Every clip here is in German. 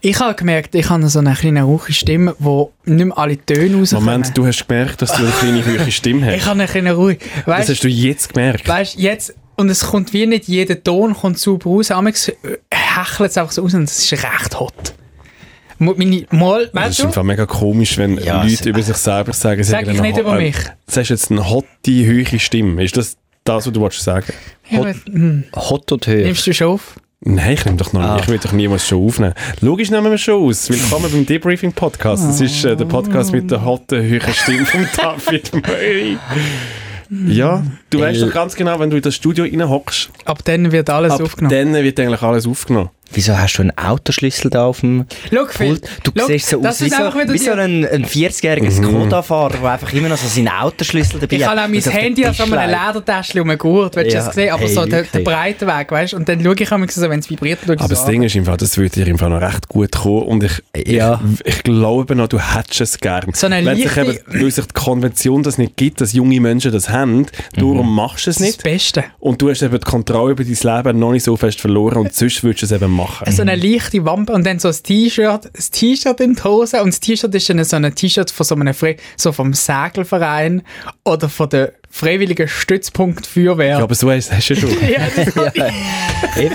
Ich habe gemerkt, ich habe so eine kleine rauche Stimme, wo nicht mehr alle Töne rauskommen. Moment, du hast gemerkt, dass du eine kleine höhere Stimme Ich hast. habe eine kleine Ruhe. Das Weißt hast du jetzt gemerkt. Weißt jetzt, und es kommt wie nicht jeder Ton kommt sauber raus. Amix hechelt es einfach so raus und es ist recht hot. Mu- Meine, mal, Das ist weißt du? einfach mega komisch, wenn Ja, es- Leute über sich selber sagen, sie Sag haben ich eine nicht ho- über äh, mich. Du hast jetzt eine hotte, höhere Stimme. Ist das das, was du wolltest sagen? Ja, aber, hm, Hot und höher. nimmst du schon auf? Nein, ich nehme doch noch Ah. Ich will doch niemals schon aufnehmen. Logisch nehmen wir schon aus. Willkommen beim Debriefing Podcast. Das ist äh, der Podcast mit der hotten, höheren Stimme von David Murray. Ja, du weißt doch ganz genau, wenn du in das Studio reinhockst, Ab dann wird alles ab aufgenommen. dann wird eigentlich alles aufgenommen. Wieso hast du einen Autoschlüssel da auf dem Schau, Phil, Pult? Du schau, siehst so das aus wie ist so, einfach wieder wie so die- ein, ein 40-jähriger Mhm. Skoda-Fahrer, der einfach immer noch so seinen Autoschlüssel dabei Ich hat. habe auch mein und auf den Handy an Tisch so einem legt. Ledertäschchen umgegurt, willst du Ja, das gesehen? Aber ey, so der, der wirklich. breite Weg, weißt du? Und dann schaue ich manchmal so, wenn es vibriert, schaue ich so Aber ah, das an. Ding ist, im Fall, das würde dir im Fall noch recht gut kommen und ich, Ja. ich, ich glaube noch, du hättest es gern. So eine Wenn sich leichte- eben, weil sich die Konvention das nicht gibt, dass junge Menschen das haben, darum machst du es Mhm. Das ist das nicht. Beste. Und du hast eben die Kontrolle über dein Leben noch nicht so fest verloren und sonst würdest du es eben machen. so eine leichte Wampe und dann so ein T-Shirt, das T-Shirt in die Hose und das T-Shirt ist dann so ein T-Shirt von so einem Fre so vom Segelverein oder von der Freiwilligen Stützpunkt Feuerwehr. ja, aber so hast hast du ja schon. Eben.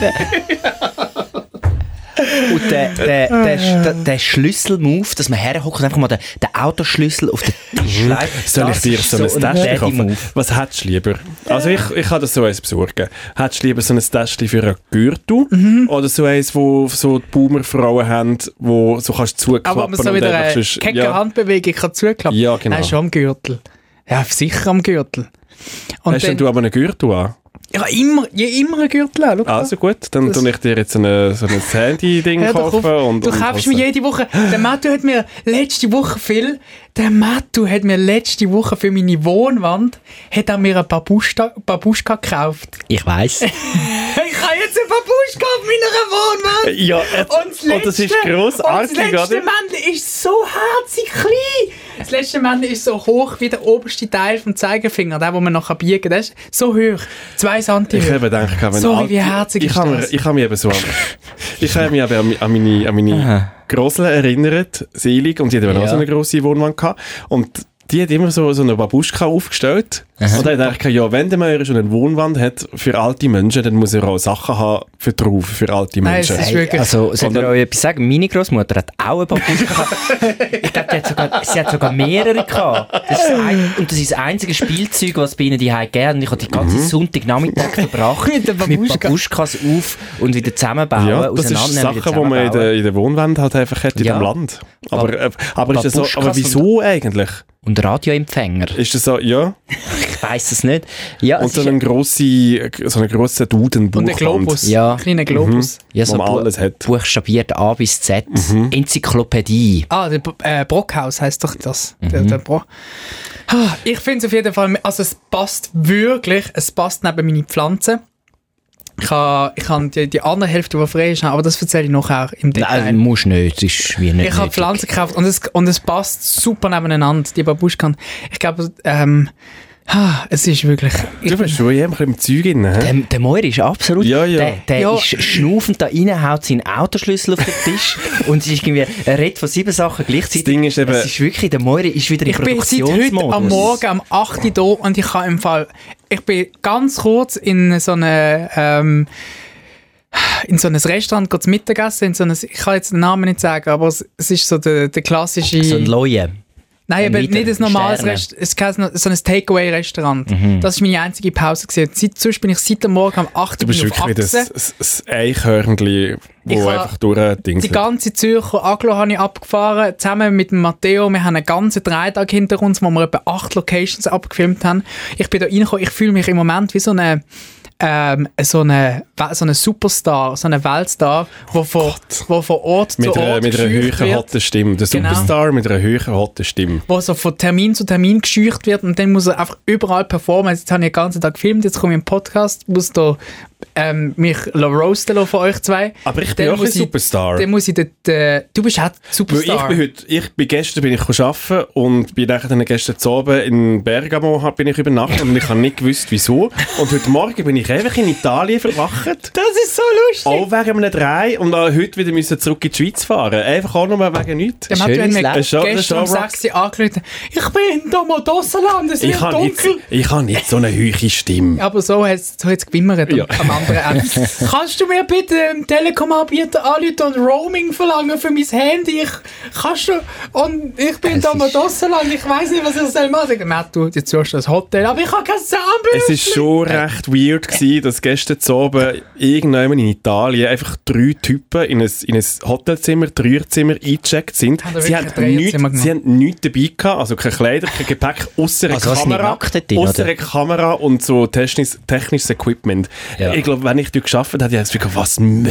Und der, der, der, Sch- der, der Schlüsselmove, dass man herhockt und einfach mal den, den Autoschlüssel auf den Tisch legt. Mhm. Soll ich das dir ist so ein Täschchen Daddy kaufen? Move. Was hättest du lieber? Also Äh. ich, ich kann das so eins besorgen. Hättest du lieber so ein Täschchen für einen Gürtel Mhm. oder so eins, wo so die Boomer-Frauen haben, wo so kannst du zuklappen aber man so und wieder einfach eine sonst- kecke ja. Handbewegung kann zuklappen. Ja, genau. Nein, schon am Gürtel. Ja, sicher am Gürtel. Und Hast dann, denn du aber einen Gürtel an? ja, immer, ja, immer einen Gürtel an. schau da. Also gut, dann Das- tue ich dir jetzt eine, so ein Handy-Ding Hör doch kaufen. auf. und, du und kaufst was- mir jede Woche. Der Mattu hat mir letzte Woche viel. Der Mattu hat mir letzte Woche für meine Wohnwand hat er mir eine Babuschka, Babuschka gekauft. Ich weiss. Ich habe jetzt eine Babuschka auf meiner Wohnwand. Ja, äh, Und das, und, letzte, das ist und Das grossartig, letzte oder? Männchen ist so herzig klein. Das letzte Männchen ist so hoch wie der oberste Teil vom Zeigefinger, der, wo man noch biegen kann. Das ist so hoch. Zwei Ich Zentimeter. habe gedacht, wenn Sorry, all- wie herzig ich ist habe mir- das? Ich habe mich eben so an, ich habe mich eben an, mi- an meine, an meine Aha. Grossel erinnert, selig, und die hat eben Ja. auch so eine grosse Wohnwand gehabt. Und die hat immer so, so eine Babuschka aufgestellt. Und dann dachte ich, ja, wenn der Maurer schon eine Wohnwand hat für alte Menschen, dann muss er auch Sachen haben für drauf, für alte Nein, Menschen. es ist wirklich- Also, soll ich dann- euch etwas sagen? Meine Großmutter hat auch einen Babuschka gehabt. Ich glaube, die hat sogar, sie hat sogar mehrere gehabt. Das ist das ein, und das ist das einzige Spielzeug, was bei ihnen die gerne. Und ich habe die ganze Mhm. Sonntagnachmittag verbracht, Mit der mit Babuschka. Babuschkas auf und wieder zusammenbauen, Ja, das ist auseinandernehmen, wieder Sachen, die man in zusammenbauen. der, in der Wohnwand halt einfach hat, in Ja. dem Land. Aber, äh, aber, ist das so, aber Babuschkas wieso eigentlich? Und Radioempfänger. Ist das so, ja? Ich weiss es nicht. Ja, Und es so ist, einen grossen, so einen grossen Dudenbuchwand. Also Und ein Globus. Ja. Ein kleiner Globus. ja, wo so man bu- alles hat. Mhm. buchstabiert A bis Z. Enzyklopädie. Ah, der B- äh, Brockhaus heißt doch das. Mhm. Der, der Bro Ah, ich finde es auf jeden Fall, also es passt wirklich, es passt neben meine Pflanzen. Ich habe ich ha die, die andere Hälfte, die frei ist, aber das erzähle ich nachher im Detail. Nein, musst nicht. Das ist wie nicht ich habe nötig. Pflanzen gekauft und es, und es passt super nebeneinander, die Babuschkan. Ich glaube, ähm, ah, es ist wirklich... Ich, Du bist schon eher ein bisschen im Zeug drin, hä? Der, der Moir ist absolut. Ja, ja. Der, der Ja. ist schnaufend da rein, haut seinen Autoschlüssel auf den Tisch und es ist irgendwie, er redet von sieben Sachen gleichzeitig. Das Ding ist eben- es ist wirklich, der Moir ist wieder im ich bin seit heute am Morgen am 8 Uhr da und ich habe im Fall... Ich bin ganz kurz in so eine... Ähm, in so ein Restaurant geht's Mittagessen, in so ein, ich kann jetzt den Namen nicht sagen, aber es, es ist so der, der klassische... So ein Leue. Nein, Ein aber Liter nicht ein normales Sterne. Restaurant, es gab so ein Takeaway-Restaurant. Mhm. Das war meine einzige Pause. Gewesen. Seit, sonst bin ich seit dem Morgen am 8 Du Uhr bist bin ich auf wirklich das, Achse. das, das Eichhörnchen, Ich wo hab einfach durchdingst. Die ganze Zürcher Aglo habe ich abgefahren, zusammen mit dem Matteo. Wir haben einen ganzen Dreitag hinter uns, wo wir etwa acht Locations abgefilmt haben. Ich bin da reingekommen, ich fühle mich im Moment wie so eine ähm, so eine We- so eine Superstar, so eine Weltstar, wo von, wo von Ort Oh Mit zu einer, Ort mit einer gescheucht höheren, wird. hotten Stimme. Der Genau. Superstar mit einer höheren, hotten Stimme. wo so von Termin zu Termin gescheucht wird und dann muss er einfach überall performen. Jetzt habe ich den ganzen Tag gefilmt, jetzt komme ich im Podcast, muss da ähm, mich la- roasten lassen von euch zwei. Aber ich Dann bin auch ein muss ich- Superstar. Dann muss ich den, den, du bist auch Weil ich Superstar. bin heute, ich bin gestern bin ich arbeiten und bin nachher dann gestern zu Abend in Bergamo hab- bin ich übernachtet und ich habe nicht gewusst, wieso. Und heute Morgen bin ich einfach in Italien verwacht. Das ist so lustig. Auch wegen einem Drei und dann heute wieder müssen zurück in die Schweiz fahren. Einfach auch nochmal wegen nichts. Dem hat Schönes mir Leben. Show- gestern um Show Rocks. 6 Uhr angerufen. Ich bin in Domodosseland, es Ich wird habe nicht, dunkel. ich hab nicht so eine hohe Stimme. Aber so hat es so hat's gewimmert Ja. am- am anderen Ende. Kannst du mir bitte im Telekom-Anbieter anrufen und Roaming verlangen für mein Handy? Ich, kannst du, und ich bin Es da mal ist- draussen, ich weiß nicht, was ich soll machen. Ich sage, Matt, du, jetzt suchst du das Hotel, aber ich habe kein Zahnbürste. Es war schon Äh. recht weird, gewesen, dass gestern zu oben irgendjemand in Italien einfach drei Typen in ein, in ein Hotelzimmer, Dreierzimmer eingecheckt sind. Haben da Sie wirklich haben, ein Dreierzimmer nichts, gemacht? sie haben nichts dabei gehabt, also keine Kleider, kein Gepäck, außer eine Also was nicht Kamera. nackt dort drin, Ausser oder? eine Kamera und so technisches, technisches Equipment. Ja. Ich glaube, wenn ich dort geschafft hätte, hätte ich gedacht, was machen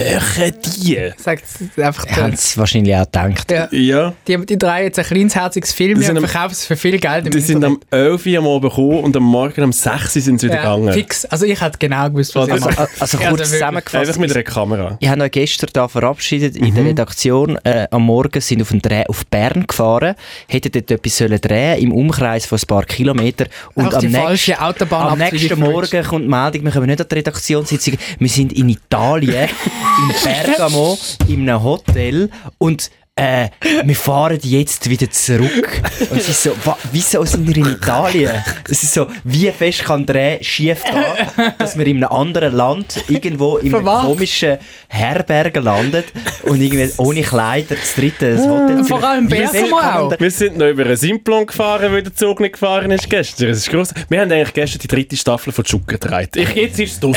die? Sagt einfach, Haben die, sie wahrscheinlich auch gedacht. ja, Ja. die, die drei jetzt ein kleinherziges Film Die sind und am- verkaufen es für viel Geld. im Die sind am Internet. 11 Uhr am Abend gekommen und am Morgen am 6 Uhr sind sie wieder ja, gegangen. fix. Also ich hätte genau gewusst, was ich Also- mache. Also Ja, kurz also wirklich. zusammengefasst. Einfach mit einer Kamera. Ich habe euch gestern da verabschiedet in Mhm. der Redaktion. Äh, am Morgen sind auf den Dreh auf Bern gefahren, hätten dort etwas sollen drehen im Umkreis von ein paar Kilometern. Und Einfach am die nächsten, falsche Autobahn am nächsten Morgen kommt die Meldung, wir kommen nicht an die Redaktionssitzung, wir sind in Italien, in Bergamo, in einem Hotel und äh, wir fahren jetzt wieder zurück. Und es ist so, wa, wieso sind wir in Italien? Es ist so, wie fest kann Dreh schief gehen, dass wir in einem anderen Land irgendwo in einem Verwacht. komischen Herbergen landet und irgendwie ohne Kleider das dritte das Hotel. Mm. Vor allem Wie fest Bergamo kann man auch. da- Wir sind noch über einen Simplon gefahren, weil der Zug nicht gefahren ist gestern. Es ist gross. Wir haben eigentlich gestern die dritte Staffel von Schucker gedreht. Ich, jetzt ist es draus.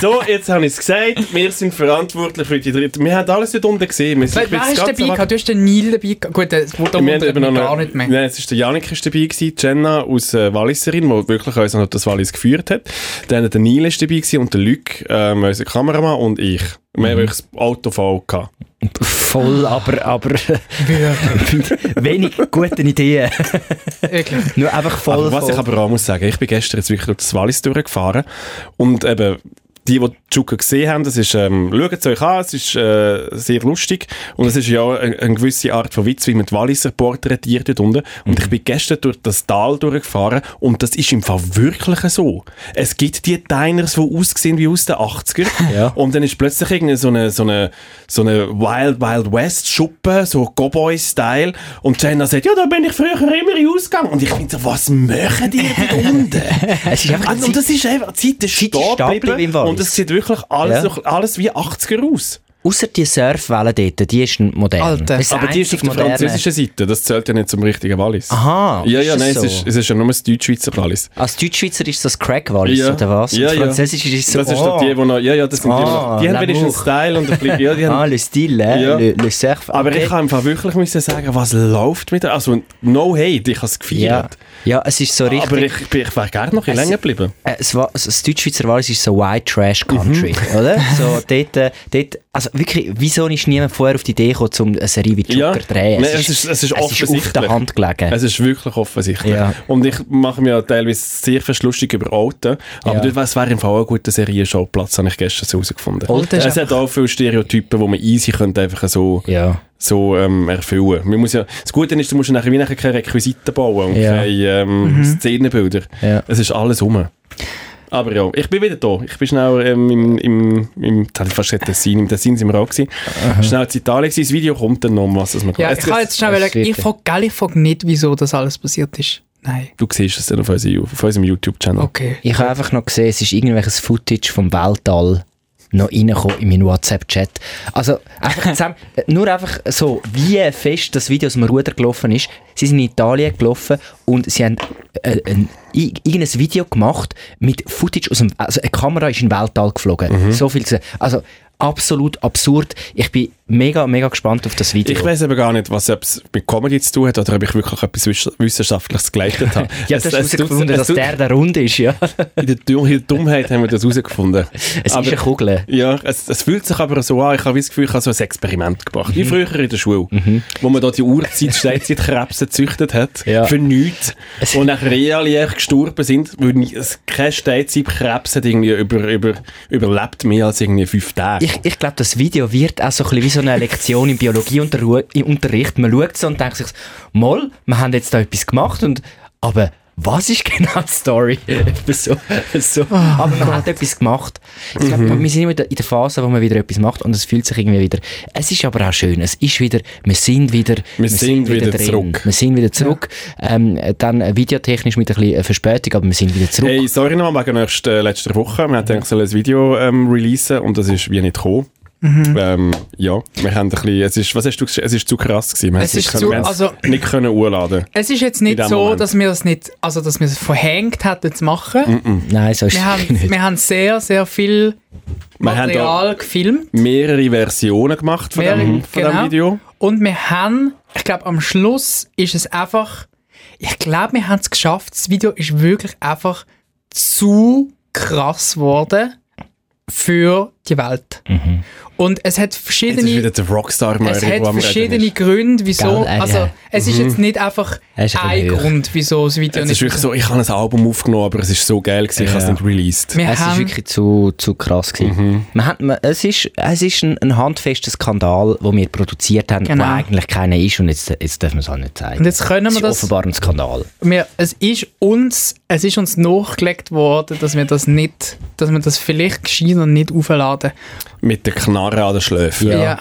so, jetzt habe ich es gesagt. Wir sind verantwortlich für die dritte. Wir haben alles dort unten gesehen. Wir sind Wer hast das du ganze dabei gehabt? Du hast den Nil dabei gehabt. Gut, das wurde wir haben eben noch gar eine- nicht mehr. Nein, es ist der Janik ist dabei gewesen, die Jenna aus äh, Walliserin, die wirklich uns noch das Wallis geführt hat. Dann der Neil ist dabei gewesen und der Luc, ähm, unser Kameramann und ich. Mhm. Wir haben wirklich das Auto voll gehabt. Voll, aber, aber Wirklich. wenig gute Ideen. Wirklich. Nur einfach voll. Aber Also, was voll. ich aber auch muss sagen, ich bin gestern jetzt wirklich durch das Wallis durchgefahren und eben die, die Juka gesehen haben, das ist, ähm, schaut es euch an, es ist äh, sehr lustig und es ist ja auch eine, eine gewisse Art von Witz, wie man die Walliser porträtiert dort unten Mhm. und ich bin gestern durch das Tal durchgefahren und das ist im Fall wirklich so. Es gibt die Diners, die aussehen wie aus den 80er Ja. und dann ist plötzlich irgendwie so eine, so eine, so eine Wild Wild West Schuppe, so Cowboy-Style und Jenna sagt, ja, da bin ich früher immer ausgegangen und ich bin so, was machen die dort unten? Es ist einfach Ah, und das ist einfach, die Zeit ist Zeit ist stehen stehen geblieben geblieben im Wallis. und es sieht wirklich alles, Ja. so- alles wie 80er aus. Außer die Surfwelle dort, die ist modern. Alter. Das Aber die ist auf einzig der moderne. französischen Seite, das zählt ja nicht zum richtigen Wallis. Aha, Ja, ist ja, das nein, so? es, ist, es ist ja nur das Deutschschweizer Wallis. Als Deutschschweizer ist das Crack Wallis, Ja. oder was? Ja, Und ja. Französisch ist so. Das ist oh, doch die, die noch, ja, ja, das sind die, die Ah, noch, die haben L'amour. wenigstens Style und ein bisschen, ja, die haben, Ah, le Stil, eh? Ja. Le, le Surf. Aber okay. ich kann einfach wirklich müssen sagen, was läuft mit der. Also, no hate, ich habe es Ja. gefeiert. ja, es ist so richtig. Aber ich, bin- ich wäre gerne noch ein bisschen Es- länger geblieben. Äh, das, Wa- das Deutschschweizer Wallis ist so White Mhm. Trash Country, oder? So, dort, äh, dort, also wirklich, wieso ist niemand vorher auf die Idee gekommen, um eine Serie wie Joker Ja. zu drehen? Nein, es ist- es ist auf der offensichtlich. Hand gelegen. Es ist wirklich offensichtlich. Ja. Und ich mache mir ja teilweise sehr fest lustig über Alten. Aber Ja. dort wäre- es wäre im Fall auch ein guter Serienschauplatz, habe ich gestern so herausgefunden. Alten ist Es hat auch viele Stereotypen, die man easy könnte einfach so, ja. so ähm, erfüllen man muss ja Das Gute ist, du musst ja nachher wie nachher keine Requisiten bauen und Ja. keine Mhm. ähm, Szenenbilder. Ja. Es ist alles rum. Aber ja, ich bin wieder da. Ich bin schnell ähm, im, im, im, jetzt hätte ich fast gesagt Tessin, im Tessin sind wir auch gewesen. Schnell zu Italien gewesen. Das Video kommt dann noch, um was das man Ja, Es- ich kann jetzt schnell es überlegen. wird- Ich frage, gell, ich frage nicht, wieso das alles passiert ist. Nein. Du siehst es dann auf, unserem- auf unserem YouTube-Channel. Okay. Ich habe einfach noch gesehen, es ist irgendwelches Footage vom Weltall noch reingekommen in meinen WhatsApp-Chat. Also, einfach zusammen, äh, nur einfach so, wie fest das Video aus dem Ruder gelaufen ist. Sie sind in Italien gelaufen und sie haben äh, ein, i- irgendein Video gemacht mit Footage aus dem, also eine Kamera ist in den Weltall Mhm. geflogen. So viel zu, also absolut absurd. Ich bin mega, mega gespannt auf das Video. Ich weiß aber gar nicht, was es mit Comedy zu tun hat oder ob ich wirklich etwas Wiss- Wissenschaftliches geleitet habe. ja, das Es- hast es tut- herausgefunden, es dass tut- der da rund ist, ja. In der, Dumm- in der Dummheit haben wir das herausgefunden. Es Aber- ist eine Kugel. Ja, es, es fühlt sich aber so an, ich habe das Gefühl, ich habe so ein Experiment gemacht. Mhm. Wie früher in der Schule, wo man da die Urzeit Steinzeitkrebse gezüchtet hat, Ja. für nichts. Es- Und nachher alle echt gestorben sind, weil nie- es keine Steinzeitkrebs hat irgendwie über, über, überlebt mehr als irgendwie fünf Tage. Ich, ich glaube, das Video wird auch so ein bisschen wie so eine Lektion im Biologieunterricht. Man schaut so und denkt sich, mal, wir haben jetzt da etwas gemacht, und, aber was ist genau die Story? Etwa so, so. Ah, Aber man hat etwas gemacht. Ich glaub, Mhm. Wir sind immer in der- in der Phase, wo man wieder etwas macht und es fühlt sich irgendwie wieder. Es ist aber auch schön. Es ist wieder, wir sind wieder, Wir sind wieder zurück. Wir sind wieder zurück. Ähm, dann äh, videotechnisch mit ein bisschen äh, Verspätung, aber wir sind wieder zurück. Hey, sorry nochmal wegen nächster, äh, letzter Woche. Wir hatten Mhm. eigentlich sollen ein Video ähm, releasen und das ist wie nicht gekommen. Mhm. Ähm, ja, wir haben ein bisschen, es ist, was hast du gesagt? Es ist zu krass gewesen. Wir haben Es ist nicht zu- können, wir haben es also- nicht können urladen. Es ist jetzt In nicht dem so, Moment. dass wir es nicht, also dass wir es verhängt hätten zu machen. Mm, Nein, so ist Wir es haben, nicht. wir haben sehr, sehr viel Wir haben da Material gefilmt. mehrere Versionen gemacht von, dem, Mehrere, von genau. dem Video. Und wir haben, ich glaube, am Schluss ist es einfach, ich glaube, wir haben es geschafft. Das Video ist wirklich einfach zu krass geworden für die Welt. Mhm. Und es hat Es ist wieder verschiedene, der rockstar es hat verschiedene Gründe, wieso. Gell, äh, also, ja. es ist jetzt nicht einfach Er ist ein ein bisschen hoch. Grund, wieso das Video Mhm. Es ist nicht. wirklich so, ich habe ein Album aufgenommen, aber es ist so geil gewesen, ich habe es Ja. nicht released. wir Es ist haben, wirklich zu, zu krass gewesen. Mhm. Man hat, man, es ist, es ist ein, ein handfester Skandal, den wir produziert haben, Genau. der eigentlich keiner ist und jetzt, jetzt dürfen wir es auch nicht zeigen. und jetzt können es wir ist das. offenbar ein Skandal. wir, es ist uns, es ist uns nachgelegt worden, dass wir das nicht, dass wir das vielleicht gescheiter nicht aufladen. Mit der Knarre an den Schläfen. Ja. Ja.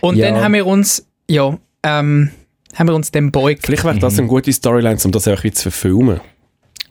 Und Ja. dann haben wir uns, ja, ähm, haben wir uns dem beugt. Vielleicht wäre das eine gute Storyline, um das auch wieder zu verfilmen.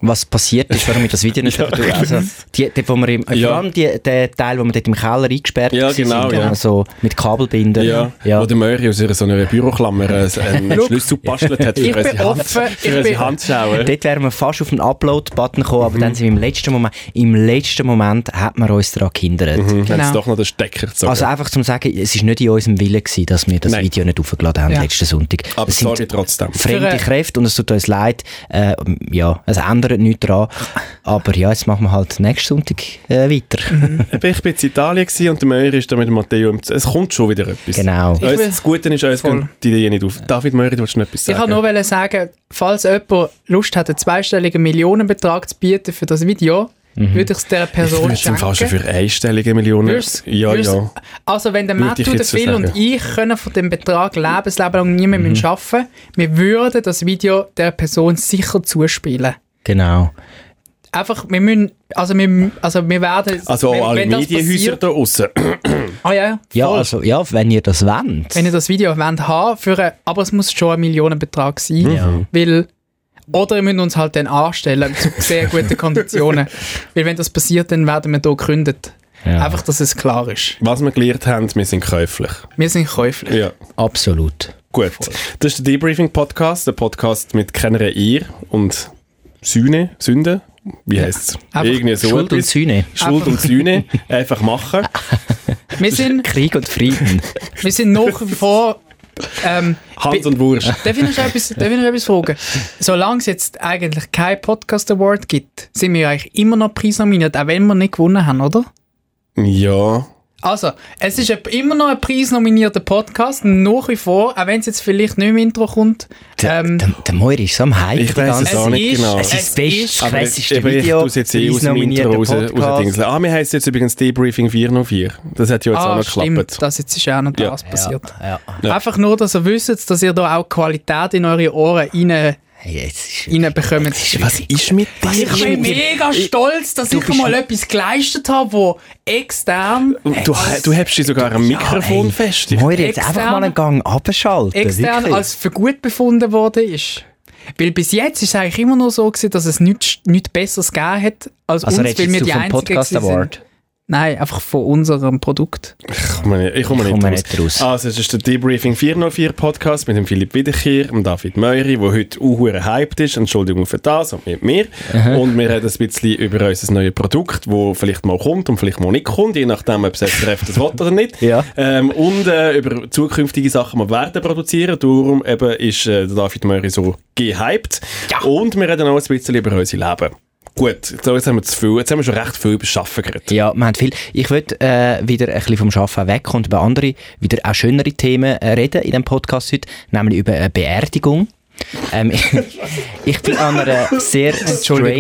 Was passiert ist, warum wir das Video nicht tun. Also, die, die, wo wir im, Ja. Vor allem die, der Teil, wo wir dort im Keller eingesperrt Ja, gewesen genau, sind, ja. also mit Kabelbinden. Ja, wo der Möri aus ihrer so einer Büroklammer äh, einen Look. Schlüssel gebastelt hat für Ich bin unsere Hand, offen, ich für bin- unsere Handschauen. Dort wären wir fast auf den Upload-Button gekommen, Mhm. aber dann sind wir im letzten Moment, im letzten Moment hat man uns daran gehindert. Genau. Haben Genau. sie doch noch den Stecker gezogen. Also einfach zum sagen, es ist nicht in unserem Willen gewesen, dass wir das Nein. Video nicht hochgeladen haben Ja. letzten Sonntag. aber Es sind sorry trotzdem. Für, fremde äh, Kräfte und es tut uns leid. Äh, ja, es ändert nichts daran. Aber ja, jetzt machen wir halt nächsten Sonntag äh, weiter. Mhm. Eben, Ich war in Italien gewesen und der Möri ist da mit dem Matteo im Z- Es kommt schon wieder etwas. Genau. Uns, will- das Gute ist, uns Voll. gehen die Idee nicht auf. David Möri, du willst noch etwas Ich sagen? wollte nur wollen sagen, falls jemand Lust hat, einen zweistelligen Millionenbetrag zu bieten für das Video, würde ich es dieser Mhm. ich Person würde es im Fall schon schenken. für einstellige Millionen. Würd's- ja, würd's- ja. Also wenn der Würde ich Matthew, der jetzt so Phil und sagen. ich können von dem Betrag lebenslang nie mehr mhm. arbeiten wir würden das Video der Person sicher zuspielen. Genau. Einfach, wir müssen, also wir, also wir werden... Also auch alle das Medienhäuser passiert- da draussen. Ah ja, Ja, voll. also, ja, wenn ihr das wollt. wenn ihr das Video wollt, haben für ein, aber es muss schon ein Millionenbetrag sein, weil oder ihr müsst uns halt dann anstellen zu sehr guten Konditionen, weil wenn das passiert, dann werden wir hier gegründet. Ja. Einfach, dass es klar ist. Was wir gelernt haben, wir sind käuflich. Wir sind käuflich. Ja. Absolut. Gut. Das ist der Debriefing-Podcast, der Podcast mit keiner Ehr und Sühne, Sünde. Wie heisst es? Einfach Irgendwie so Schuld und etwas. Sühne. Schuld und Sühne. Einfach machen. Wir sind, Krieg und Frieden. wir sind nach wie vor ähm, Hans und Wurst. Darf ich noch etwas, darf ich noch etwas fragen? Solange es jetzt eigentlich kein Podcast Award gibt, sind wir ja eigentlich immer noch preisnominiert, auch wenn wir nicht gewonnen haben, oder? Ja. Also, es ist ein, immer noch ein preisnominierter Podcast, nach wie vor, auch wenn es jetzt vielleicht nicht im Intro kommt. Der, Ähm, der, der Moir ist so am Hype. Ich die weiss ganze- es auch nicht ist- ah, genau. es Es ist das Es beste, ist- das krasseste eben, Video. Ich tu's jetzt eh aus dem Intro raus, raus Podcast. Dingseln. Ah, wir heißen jetzt übrigens Debriefing 404. Das hat ja jetzt auch ah, noch stimmt, geklappt. das jetzt ist auch noch Ja. das passiert. Ja, ja. Ja. Einfach nur, dass ihr wisst, dass ihr da auch Qualität in eure Ohren rein, Hey, jetzt ist reinbekommt. Was ist mit dir? Ich bin mega stolz, dass ich mal etwas geleistet habe, wo extern, Du, du hebst dich sogar am Mikrofon ey. fest. Ich- Moir, jetzt Extern- einfach mal einen Gang abschalten. extern wirklich. als für gut befunden worden ist. Weil bis jetzt ist es eigentlich immer nur so gewesen, dass es nichts, nichts Besseres gegeben hat als also uns, redest weil wir du die vom Einzigen Podcast gewesen sind. Award. Nein, einfach von unserem Produkt. Ich komme nicht, ich komme Ich nicht, komme raus. nicht raus. Also, es ist der Debriefing 404 Podcast mit dem Philipp Wiederkehr, dem David Meury, der heute auch hure hyped ist. Entschuldigung für das und mit mir. Und wir reden ein bisschen über unser neues Produkt, wo vielleicht mal kommt und vielleicht mal nicht kommt, je nachdem, ob es jetzt trifft, das will oder nicht. Ja. Ähm, und äh, über zukünftige Sachen, die wir werden produzieren. Darum eben ist äh, der David Meury so gehypt. Und wir reden auch ein bisschen über unser Leben. Gut, jetzt jetzt haben wir zu viel, jetzt haben wir schon recht viel über Schaffen geredet. Ja, wir haben viel. Ich würde äh, wieder ein bisschen vom Schaffen weg und über andere, wieder auch schönere Themen äh, reden in diesem Podcast heute, nämlich über eine Beerdigung. Ähm, ich bin an einer sehr strange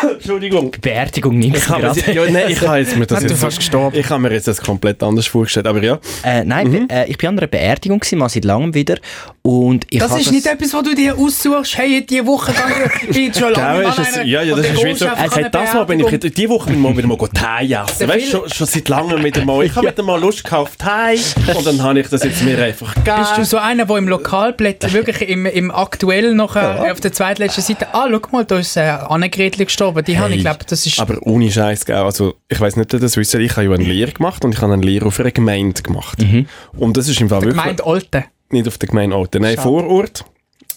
Entschuldigung. Beerdigung nicht Ich habe gerade. mir- ja, nein, ich habe jetzt mir das Hat er jetzt fast gestorben? Ich habe mir jetzt das komplett anders vorgestellt, aber ja. Äh, nein, Mhm. be- äh, ich bin an einer Beerdigung gewesen, mal seit langem wieder. Und ich Das hab ist nicht etwas, was du dir aussuchst. Hey, diese Woche gehe ich bin jetzt schon lange Genau, mal ist es, einer ja, ja, und das dann ist wie gehst so. du einfach Er an eine sagt, das Mal bin ich, Beerdigung. wieder- die Woche bin ich mal wieder mal go Thai essen. Der Weißt du, Phil- schon, schon seit langem wieder mal. Ich habe wieder mal Lust gekauft Thai und dann habe ich das jetzt mir einfach gegeben. Bist du so einer, der im Lokalblättchen wirklich im, im aktuell nachher auf der zweitletzten Seite, ah, schau mal, da ist äh, Annegretli gestorben. Die habe ich, glaube das ist... Aber ohne Scheiß, gell? Also, ich weiß nicht, ob ihr das wisst. Ich habe ja eine Lehre gemacht und ich habe eine Lehre auf einer Gemeinde gemacht. Und das ist im Fall wirklich. Gemeint Alte. Nicht auf der Gemeinde Alten. Nein, Schade. Vorort.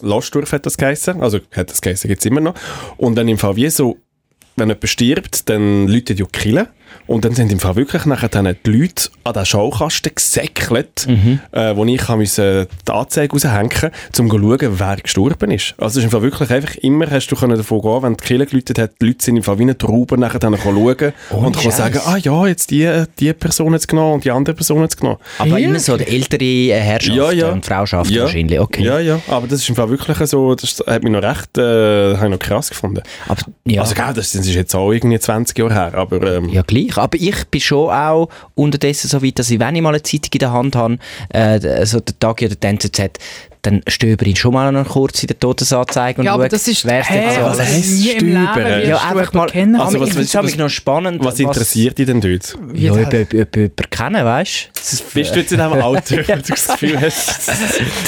Lastdorf hat das geheißen. Also, hat das geheißen, gibt es immer noch. Und dann im Fall wie so, wenn jemand stirbt, dann läutet ja die Kirche. Und dann sind im Fall wirklich nachher dann die Leute an den Schaukasten gesäckelt, äh, wo ich musste die Anzeige raushängen musste, um zu schauen, wer gestorben ist. Also es ist im Fall wirklich einfach immer, hast du können davon gehen, wenn die Kirche geläutet hat, die Leute sind im Fall wie eine Traube nachher dann schauen und können Scheiss. sagen, ah ja, jetzt die, die Person hat es genommen und die andere Person hat es genommen. aber immer so die ältere äh, Herrschaft und Frauschaft Ja. wahrscheinlich. Okay. Ja, ja, aber das ist im Fall wirklich so, das hat mich noch recht, äh, habe ich noch krass gefunden. Aber, ja. Also genau, das, das ist jetzt auch irgendwie 20 Jahre her, aber ähm, ja, gleich. Aber ich bin schon auch unterdessen so weit, dass ich, wenn ich mal eine Zeitung in der Hand habe, äh, also den Tag oder die NZZ, dann stöber ich schon mal noch kurz in der Todesanzeige und Ja, aber schaue, das ist... wer es Hä? denn so was Also alles- heisst nie im Leben Stüber? wirst Ja, du einfach jemanden mal. kennen. Also, was Also, ich finde willst es du- nämlich noch spannend. was interessiert dich denn dort? Wie Ja, das- jemanden jemanden kennen, weißt du? Bist du jetzt in diesem Alter, wo du das Gefühl hast,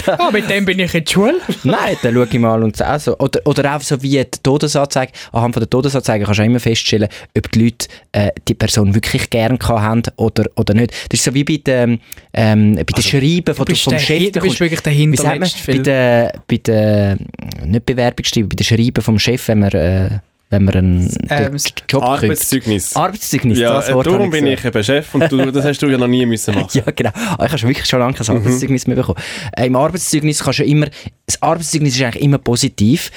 Ah, mit dem bin ich in die Schule. Nein, dann schaue ich mal und auch so. Oder, oder auch so wie die Todesanzeige. Anhand von der Todesanzeige kannst du auch immer feststellen, ob die Leute äh, die Person wirklich gern gehabt haben oder, oder nicht. Das ist so wie bei den, ähm, bei den Schreiben Also, Du von, bist, vom der, Chef. du bist bekommst. wirklich der Wie sagt Hinterletzte. man? Bei Phil. den, bei den, nicht Bewerbungsschreiben, bei den Schreiben vom Chef, wenn man, äh, wenn man einen Ähm, den Job kriegt. Arbeitszeugnis? Arbeitszeugnis, ja, das äh, Wort habe darum ich bin gesagt. ich eben Chef und du, das hast du ja noch nie müssen machen. Ja, genau. Ah, Ich habe schon wirklich schon lange kein Arbeitszeugnis mehr bekommen. Äh, Im Arbeitszeugnis kannst du ja immer, das Arbeitszeugnis ist eigentlich immer positiv.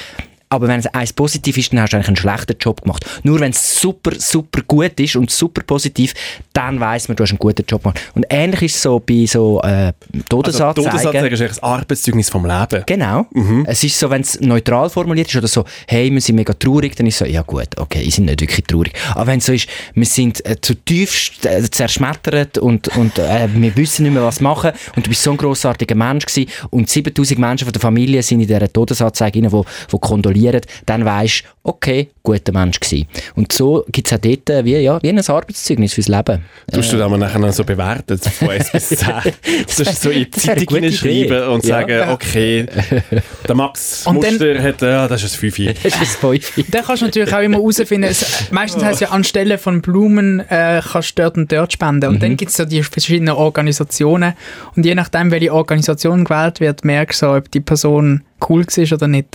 Aber wenn es eins positiv ist, dann hast du eigentlich einen schlechten Job gemacht. Nur wenn es super, super gut ist und super positiv, dann weiß man, du hast einen guten Job gemacht. Und ähnlich ist es so bei so äh, Also, Todesanzeigen. Todesanzeige ist eigentlich das Arbeitszeugnis vom Leben. Genau. Es ist so, wenn es neutral formuliert ist oder so, hey, wir sind mega traurig, dann ist so, ja gut, okay, ich sind nicht wirklich traurig. Aber wenn es so ist, wir sind äh, zutiefst äh, zerschmettert und, und äh, wir wissen nicht mehr, was machen und du bist so ein grossartiger Mensch gewesen und 7000 Menschen von der Familie sind in dieser Todesanzeige rein, wo, wo kondolieren, dann weisst du, okay, guter Mensch gewesen. Und so gibt es auch dort äh, wie, ja, wie ein Arbeitszeugnis fürs Leben. Tust du das mal nachher noch so bewerten, von 1 bis 10? das ist so in die das wäre Zeitung eine gute hineinschreiben Idee. und Ja. sagen, okay, der Max Und dann- Muster hat, ja, das ist ein 5 Das ist das Fünfe. Dann kannst du natürlich auch immer herausfinden, es- meistens heißt es ja, anstelle von Blumen äh, kannst du dort und dort spenden. Und dann gibt es so die verschiedenen Organisationen. Und je nachdem, welche Organisation gewählt wird, merkst du, so, ob die Person cool war oder nicht.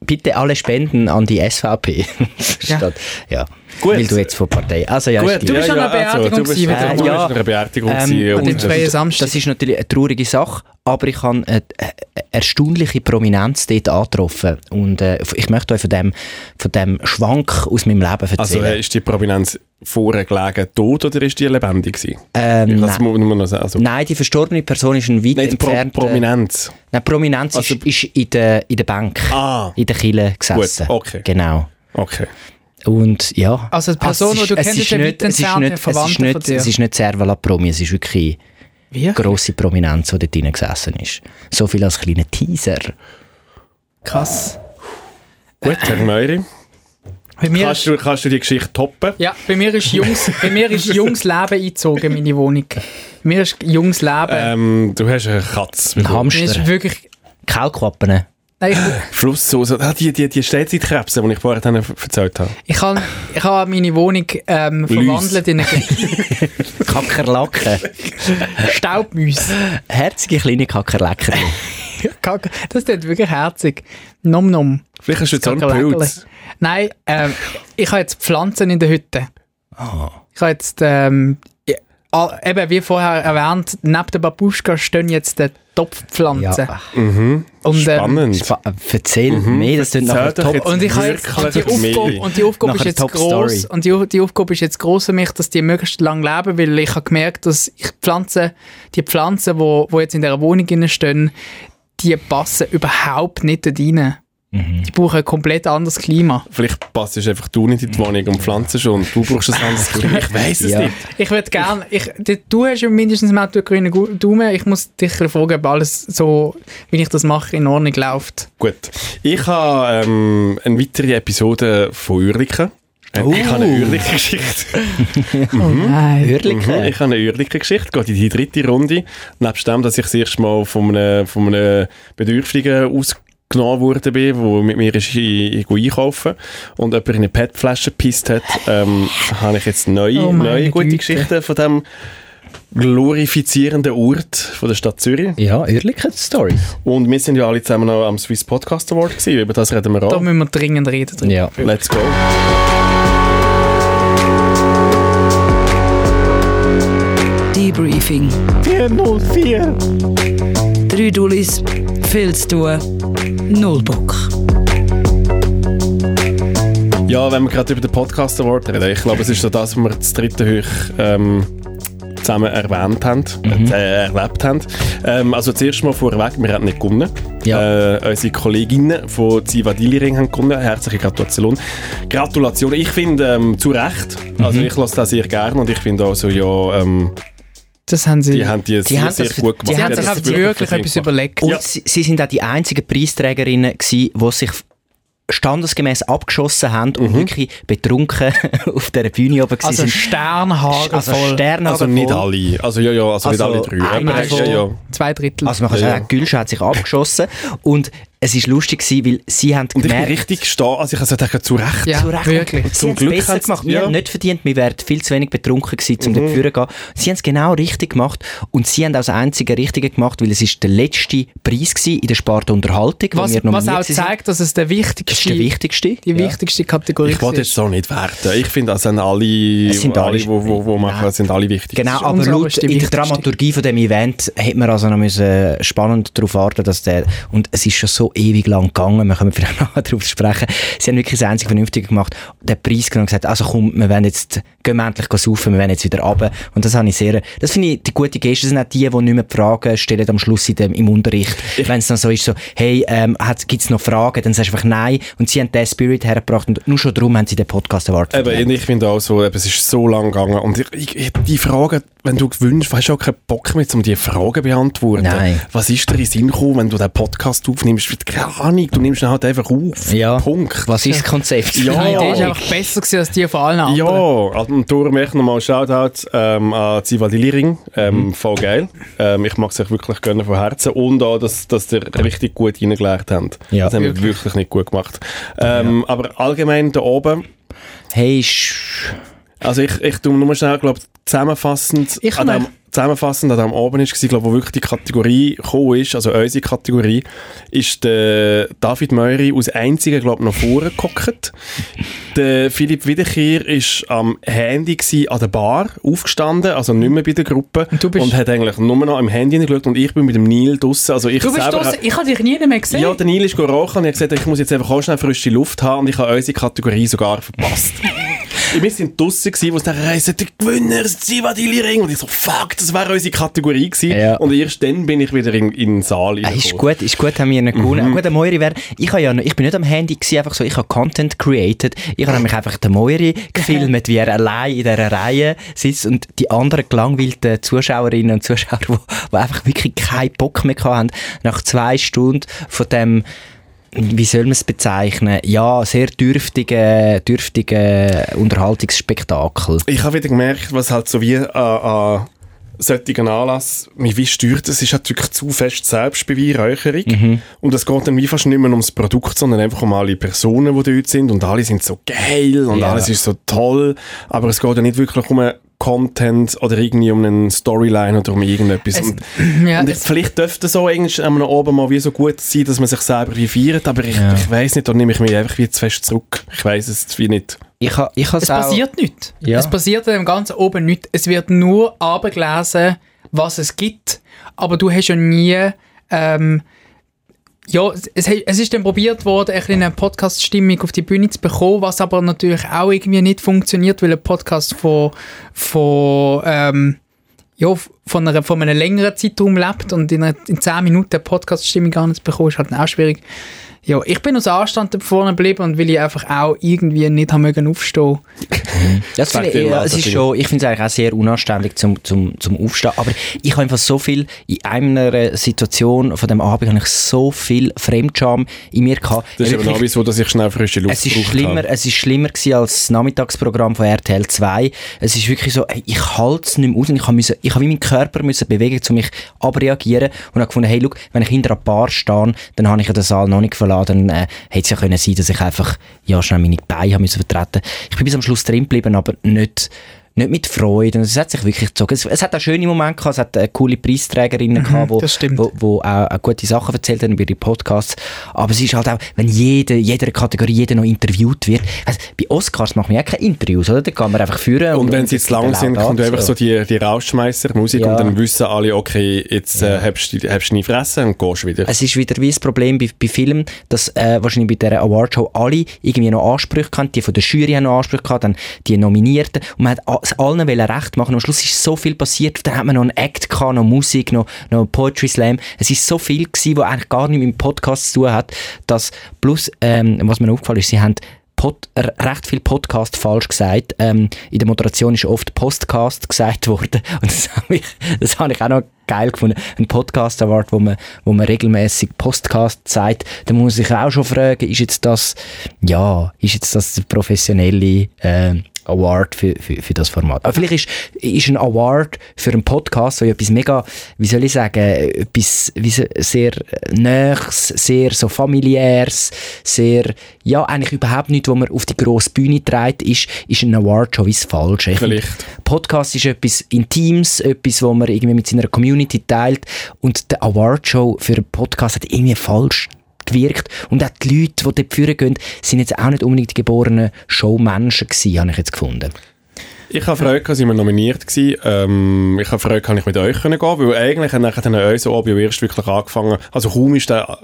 bitte alle spenden an die SVP. Ja. Statt, ja. Gut. Weil du jetzt von Partei. Also ja, ist du gleich. bist an einer Beerdigung du bist, gewesen, äh, oder? du Ja. bist an einer Beerdigung Ähm, gewesen An dem und- freien Samstag. das ist natürlich eine traurige Sache, aber ich habe eine, eine erstaunliche Prominenz dort angetroffen. Und äh, ich möchte euch von dem, von dem Schwank aus meinem Leben erzählen. Also äh, ist die Prominenz vorher gelegen tot oder ist die lebendig gewesen? ähm, ich kann es nein. nur nur noch sagen. Also, nein, die verstorbene Person ist ein weit nein, die Pro entfernter... Prominenz. Nein, Prominenz Also- ist, ist in der, in der Bank, Ah, in der Kille gesessen. Gut, okay. Genau. okay. Und ja. Also die Person, es die du es kennst, ist nicht- ein weit es entfernter nicht- es ist Verwandter nicht, von dir. Es ist nicht Servala Promi, es ist wirklich Wie? grosse Prominenz, die dort drin gesessen ist. So viel als kleiner Teaser. Krass. Gut, Herr Meury, Bei mir kannst du, kannst du die Geschichte toppen? ja, bei mir ist Jungs, bei mir ist Jungs Leben eingezogen in meine Wohnung. Bei mir ist Jungs Leben. Ähm, du hast eine Katze. Ein Bei mir Mhm. ist Hamster. wirklich. Kaulquappen. Nein, ich, Flusssoße. Ah, die, die, die Stehzeitkrebse, die ich vorher dann erzählt habe. ich habe ich hab meine Wohnung ähm, verwandelt in eine Kackerlacken. Staubmäuse. Herzige kleine Kackerlacken. Kack- Das tut wirklich herzig. Nom nom. Vielleicht hast du jetzt auch einen Kakerlakerli. Pilz. Nein, ähm, ich habe jetzt Pflanzen in der Hütte. Ich habe jetzt, ähm, ja, all- eben wie vorher erwähnt, neben der Babuschka stehen jetzt die Topfpflanzen. Ja. und, ähm, Spannend. Spa äh, Erzähl mehr, das sind nachher Mhm. Erzähl doch top. jetzt. und ich habe Wirklich jetzt, und die mega. Aufgabe, und die Aufgabe Nachher ist jetzt Top groß Story. und die, Au- die Aufgabe ist jetzt groß für mich, dass die möglichst lang leben, weil ich habe gemerkt, dass ich Pflanzen, die Pflanzen, wo, wo jetzt in der Wohnung drin stehen, die passen überhaupt nicht dort rein. Die brauchen ein komplett anderes Klima. Vielleicht passt es einfach du nicht in die Wohnung und pflanzt schon. Du brauchst ein anderes Klima. Ich weiß es Ja. nicht. Ich würde gerne, ich, d- du hast ja mindestens mal den grünen Gu- Daumen. Ich muss dich fragen, ob alles so, wie ich das mache, in Ordnung läuft. Gut. Ich habe ähm, eine weitere Episode von Uerliken. Äh, Oh. Ich habe eine Uerliken-Geschichte. Nein. Mhm, Hörlich. ich habe eine Uerliken-Geschichte. Geht in die dritte Runde. Nebst dem, dass ich das erste Mal von einem, von einem Bedürftigen ausgenommen worden bin, der mit mir ist in- in- einkaufen und jemand in eine PET-Flasche gepisst hat, ähm, habe ich jetzt neue, Oh meine neue gute Güte. Geschichten von diesem glorifizierenden Ort von der Stadt Zürich. Ja, ehrliche Stories. Und wir sind ja alle zusammen noch am Swiss Podcast Award gewesen. Über das reden wir Da auch. müssen wir dringend reden. drüber. Ja. Let's go. Debriefing. 404. Drei Dullis, viel zu tun, null Bock. Ja, wenn wir gerade über den Podcast Award reden, ich glaube, es ist so das, was wir das dritte Hoch ähm, zusammen erwähnt haben, äh, erlebt haben. Ähm, also zuerst mal vorweg, wir haben nicht gewonnen. Ja. Äh, unsere Kolleginnen von Ziva Diliring haben gewonnen. Herzliche Gratulation. Gratulation. Ich finde, ähm, zu Recht. Also ich lasse das sehr gerne und ich finde auch so, ja, ähm, Das haben sie. die haben die, haben sehr, das sehr ver- gut die gemacht. sie haben haben sich das halt wirklich verdient etwas gemacht. überlegt. Und Ja. sie, sie sind auch die einzigen Preisträgerinnen, gewesen, die sich standesgemäß abgeschossen haben Mhm. und wirklich betrunken auf der Bühne oben Also waren. Sternhagel also voll. Sterne Also nicht alle. Also ja, ja, also, nicht Also alle drei. einer Aber, ja, von- ja. Zwei Drittel. Also man kann Ja, sagen, ja. Gülsch hat sich abgeschossen und es war lustig, gewesen, weil sie haben Und ich bin gemerkt... richtig stehen, also ich habe zu Recht. ja, zu Recht. wirklich. Sie haben es Glück besser haben's- gemacht. Wir ja. Mhm. haben nicht verdient, wir wären viel zu wenig betrunken gewesen, um dafür zu gehen. Sie haben es genau richtig gemacht und sie haben auch das einzige Richtige gemacht, weil es ist der letzte Preis gewesen in der Sparte Unterhaltung, Was, wo wir nominiert was auch sind. zeigt, dass es der wichtigste, das ist der wichtigste. die Ja. wichtigste Kategorie Ich wollte ist. jetzt so nicht werten. Ich finde, das sind alle, Es sind alle, alle- die wo, wo, wo machen, Nein. sind alle wichtig. Genau, ist aber unsere laut oberste in der wichtigste. Dramaturgie von dem Event hätte man also noch müssen spannend darauf warten, dass der und es ist schon so ewig lang gegangen. Wir können vielleicht noch darauf sprechen. Sie haben wirklich das einzige Vernünftige gemacht, den Preis genommen und gesagt, also komm, wir werden jetzt gehen wir endlich saufen, wir werden jetzt wieder runter. Und das habe ich sehr, das finde ich die gute Geste sind auch die, die nicht mehr die Fragen stellen am Schluss in dem, im Unterricht, wenn es dann so ist so, hey, ähm, gibt es noch Fragen? Dann sagst du einfach nein und sie haben den Spirit hergebracht und nur schon darum haben sie den Podcast erwartet. Eben, und ich finde auch so, eben, es ist so lang gegangen. Und ich, ich, ich, die Fragen, wenn du gewünscht, hast du auch keinen Bock mehr, um diese Fragen zu beantworten. Nein. Was ist dir in den Sinn gekommen, wenn du den Podcast aufnimmst? Keine Ahnung, du nimmst ihn halt einfach auf. Ja. Punkt. Was ist das Konzept? Ja. Die Idee ist einfach besser gewesen als die von allen anderen. Ja, also, und darum echt nochmal Shoutout ähm, an Ziva Diliring. Ähm, Voll geil. Ähm, ich mag es euch wirklich gönnen von Herzen. Und auch, dass, dass ihr richtig gut reingelernt habt. Ja. Das haben wir wirklich nicht gut gemacht. Ähm, Aber allgemein da oben, Hey, sch also ich, ich tu nur schnell, glaube zusammenfassend Ich an dem, möchte- zusammenfassend an dem Abend ist, glaub, wo wirklich die Kategorie gekommen ist, also unsere Kategorie, ist der David Meury aus Einzigen, glaube noch vorne gehockt. Der Philipp Wiederkehr ist am Handy gsi an der Bar aufgestanden, also nicht mehr bei der Gruppe Und du bist- und hat eigentlich nur noch am Handy geschaut und ich bin mit dem Neil draussen. Also ich Du bist selber draussen, ich habe dich nie mehr gesehen. ja, der Neil ist rauchen und er hat gesagt, ich muss jetzt einfach auch schnell frische Luft haben und ich habe unsere Kategorie sogar verpasst. Wir sind draussen gewesen, wo es dann heisst, der Gewinner ist Siva Diliring. Und ich so, fuck, das wäre unsere Kategorie gewesen. Ja. Und erst dann bin ich wieder in, in den Saal Ah, ist reingekommen. gut, ist gut, haben wir nicht gewonnen. Auch Gut, der Moiri wäre, ich, habe ja, noch- ich bin nicht am Handy gewesen, einfach so, ich habe Content created. Ich habe nämlich einfach den Moiri gefilmt, wie er allein in dieser Reihe sitzt und die anderen gelangweilten Zuschauerinnen und Zuschauer, die, die einfach wirklich keinen Bock mehr hatten, nach zwei Stunden von dem, wie soll man es bezeichnen, ja, sehr dürftigen, dürftigen Unterhaltungsspektakel. Ich habe wieder gemerkt, was halt so wie an, an solchen Anlass mich wie steuert. Es ist halt wirklich zu fest Selbstbeweihräucherung. Und es geht dann wie fast nicht mehr ums Produkt, sondern einfach um alle Personen, die dort sind. Und alle sind so geil und Ja. alles ist so toll. Aber es geht ja nicht wirklich um Content oder irgendwie um eine Storyline oder um irgendetwas. und Ja, und ich, es- vielleicht dürfte so irgendwann am oben mal wie so gut sein, dass man sich selber wie feiert, aber ich, ich weiß nicht, da nehme ich mich einfach wie zu fest zurück. Ich weiß es wie nicht. Ich habe, ich habe Es auch- passiert nichts. Ja. Es passiert dem Ganzen oben nichts. Es wird nur abgelesen, was es gibt. Aber du hast ja nie. Ähm, ja, es, es es ist dann probiert worden, ein bisschen eine Podcast-Stimmung auf die Bühne zu bekommen, was aber natürlich auch irgendwie nicht funktioniert, weil ein Podcast von, von, ähm, ja, von, einer, von einem längeren Zeitraum lebt und in, einer, in 10 Minuten eine Podcast-Stimmung gar nicht zu bekommen, ist halt dann auch schwierig. Ja, ich bin aus Anstand da vorne geblieben und weil ich einfach auch irgendwie nicht haben mögen aufstehen. Das Sagt finde ich, ihr ja, mal, es ist natürlich. schon, ich finde es eigentlich auch sehr unanständig zum, zum, zum Aufstehen. Aber ich habe einfach so viel, in einer Situation von dem Abend habe ich so viel Fremdscham in mir gehabt. Das ist Ja, eben wirklich, auch so, dass ich schnell frische Luft es ist gebraucht schlimmer, habe. es ist schlimmer gewesen als das Nachmittagsprogramm von RTL 2. Es ist wirklich so, ey, ich halte es nicht mehr aus und ich habe müssen, ich habe wie meinen Körper müssen bewegen, um mich abreagieren und habe gefunden, hey, look, wenn ich hinter einer Bar stehe, dann habe ich ja den Saal noch nicht verlassen, dann äh, hätte es ja können sein, dass ich einfach, ja, schnell meine Beine habe müssen vertreten. Ich bin bis am Schluss drin geblieben, aber nicht, nicht mit Freude. Und Es hat sich wirklich gezogen. Es, es hat auch schöne Momente gehabt, es hat äh, coole Preisträgerinnen gehabt, wo, Mhm, das stimmt. wo, wo auch, auch gute Sachen erzählt haben über die Podcasts. Aber es ist halt auch, wenn jede, jeder Kategorie jeder noch interviewt wird. Also, bei Oscars machen wir auch keine Interviews, oder? Da kann man einfach führen. Und wenn sie jetzt lang sind, kommt einfach so die, die Rausschmeißer-Musik Ja. und dann wissen alle, okay, jetzt äh, hast du die- hast du deine Fresse und gehst wieder. Es ist wieder wie das Problem bei, bei Filmen, dass äh, wahrscheinlich bei dieser Awardshow alle irgendwie noch Ansprüche hatten. Die von der Jury haben noch Ansprüche gehabt, dann die Nominierten. Und man hat a- es allen wollen recht machen. Am Schluss ist so viel passiert. Dann hat man noch einen Act gehabt, noch Musik, noch, noch Poetry Slam. Es ist so viel gewesen, was eigentlich gar nicht mit dem Podcast zu tun hat. Dass plus, ähm, was mir aufgefallen ist, sie haben Pod, r- recht viel Podcast falsch gesagt. Ähm, in der Moderation ist oft Postcast gesagt worden. Und das habe ich, das habe ich auch noch geil gefunden. Ein Podcast Award, wo man, wo man regelmäßig Podcast sagt, dann muss man sich auch schon fragen, ist jetzt das, ja, ist jetzt das der professionelle ähm, Award für, für, für das Format? Aber vielleicht ist, ist ein Award für einen Podcast so etwas mega, wie soll ich sagen, etwas wie so- sehr Nächs, sehr so familiäres, sehr, ja, eigentlich überhaupt nicht, wo man auf die grosse Bühne trägt, ist, ist ein Award schon wie das Falsche. Ich finde, Vielleicht. Podcast ist etwas Intimes, etwas, wo man irgendwie mit seiner Community teilt und der Award-Show für einen Podcast hat irgendwie falsch gewirkt und auch die Leute, die dort führen gehen, sind jetzt auch nicht unbedingt die geborenen Showmenschen gewesen, habe ich jetzt gefunden. Ich habe Freude, gehabt, sind wir nominiert gewesen. Ähm, ich habe Freude, kann ich mit euch können gehen, weil eigentlich hat nachher dann unser Abend erst wirklich angefangen. Also kaum ist der,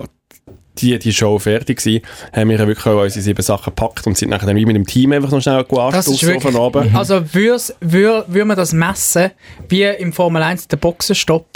die, die Show fertig gewesen, haben wir wirklich auch unsere sieben Sachen gepackt und sind nachher dann wie mit dem Team einfach noch schnell Das ist gearscht wirklich, von oben. also würde wür, wür man das messen, wie im Formel 1 der Boxenstopp,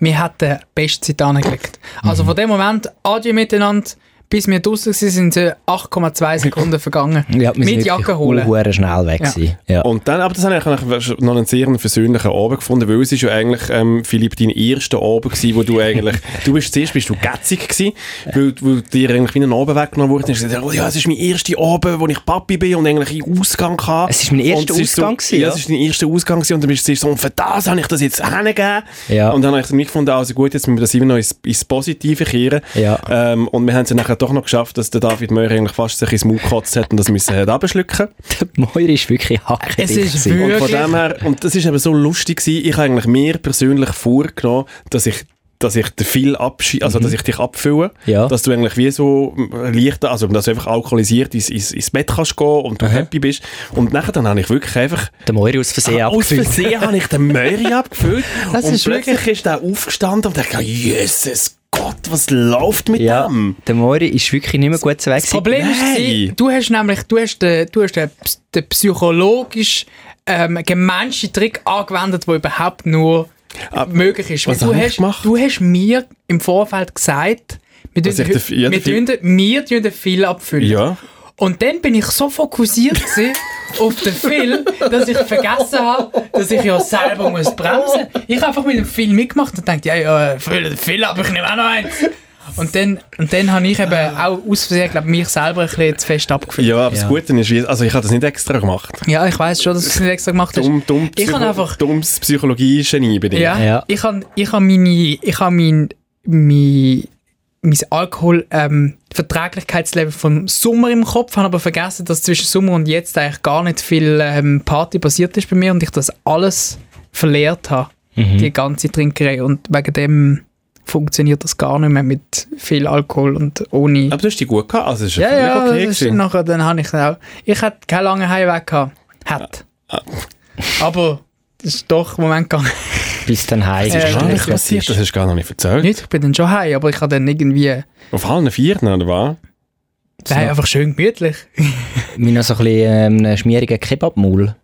wir hätten die beste Zeit angelegt. Also von dem Moment, adieu miteinander, bis wir draussen waren, sind sie 8,2 Sekunden vergangen. Mit Jacke holen. Huren schnell weg Ja. gewesen. Ja. Und dann, aber das habe ich eigentlich noch einen sehr persönlichen Abend gefunden, weil es ist ja eigentlich, ähm, Philipp, dein erster Abend gewesen, wo du eigentlich, du bist zuerst bist du gätzig gewesen, weil, weil dir eigentlich wie ein Abend weggenommen wurde. Dann hast du gesagt, oh ja, es ist mein erster Abend, wo ich Papi bin und eigentlich einen Ausgang hatte. Es ist mein erster Und es ist Ausgang so, gewesen, Ja, ja. es ist dein erster Ausgang gewesen und dann bist du zuerst so, und für das habe ich das jetzt hingegeben. Ja. Und dann habe ich mich gefunden, also gut, jetzt müssen wir das immer noch ins, ins Positive kehren. Ja. Ähm, und wir haben es ja nachher doch noch geschafft, dass der David Möhr eigentlich fast sich ins Maul gekotzt hat und das müssen hat abschlucken. Moira ist wirklich hacke Es ist Und wirklich- von dem her, und das ist eben so lustig gewesen, ich habe eigentlich mir persönlich vorgenommen, dass ich dass ich dir viel abschie also Mhm. dass ich dich abfülle, Ja. dass du eigentlich wie so leichter, also dass du einfach alkoholisiert ins, ins, ins Bett kannst gehen und du happy bist. Und nachher dann habe ich wirklich einfach Der Moira aus Versehen Ah, aus abgefüllt. Versehen habe ich den Möri abgefüllt Das und ist plötzlich ist der aufgestanden und dachte, Jesus Gott, was läuft mit Ja, dem? der Moira ist wirklich nicht mehr gut zu weg. Das gewesen. Problem ist, Nein. gewesen, du hast nämlich du hast den, du hast den, ps- den psychologisch ähm, gemeinsten Trick angewendet, der überhaupt nur möglich ist. was Weil du, hab ich hast, gemacht? du hast mir im Vorfeld gesagt, wir Dass tun ich den F- ja, wir den tun den- wir tun den Phil abfüllen. Ja. Und dann bin ich so fokussiert gewesen auf den Phil, dass ich vergessen habe, dass ich ja selber muss bremsen. Ich habe einfach mit dem Phil mitgemacht und dachte, ja, ja, fülle den Phil ab, ich nehme auch noch eins. Und dann, und dann habe ich eben auch aus Versehen, glaube mich selber ein bisschen zu fest abgefüllt. Ja, aber das Ja. Gute ist, wie- also ich habe das nicht extra gemacht. Ja, ich weiß schon, dass du es nicht extra gemacht hast. Dumm, dumm, Ich habe Psycho- einfach- dummes Psychologie-Genie bei dir. Ja, Ja. ich habe ich hab meine, ich hab mein, mein, mein Alkohol, ähm, Verträglichkeitslevel vom Sommer im Kopf, habe aber vergessen, dass zwischen Sommer und jetzt eigentlich gar nicht viel ähm, Party passiert ist bei mir und ich das alles verlehrt habe, die ganze Trinkerei und wegen dem funktioniert das gar nicht mehr mit viel Alkohol und ohne... Aber du hast die gut gehabt, also es ist ja, ja, okay das ist gewesen. nachher, dann habe ich auch... Ich hätte keinen langen Heimweg gehabt. Hätte. Ah, Aber es ist doch im Moment gegangen. Bis dann heim. Das Ist Ja, gar nicht das ist- passiert, das hast du gar noch nicht erzählt. Nicht, ich bin dann schon heim, aber ich habe dann irgendwie... Auf allen Vieren, oder was? Nein, einfach schön gemütlich. Wir noch so ein bisschen ähm, einen schmierigen Kebab-Maul.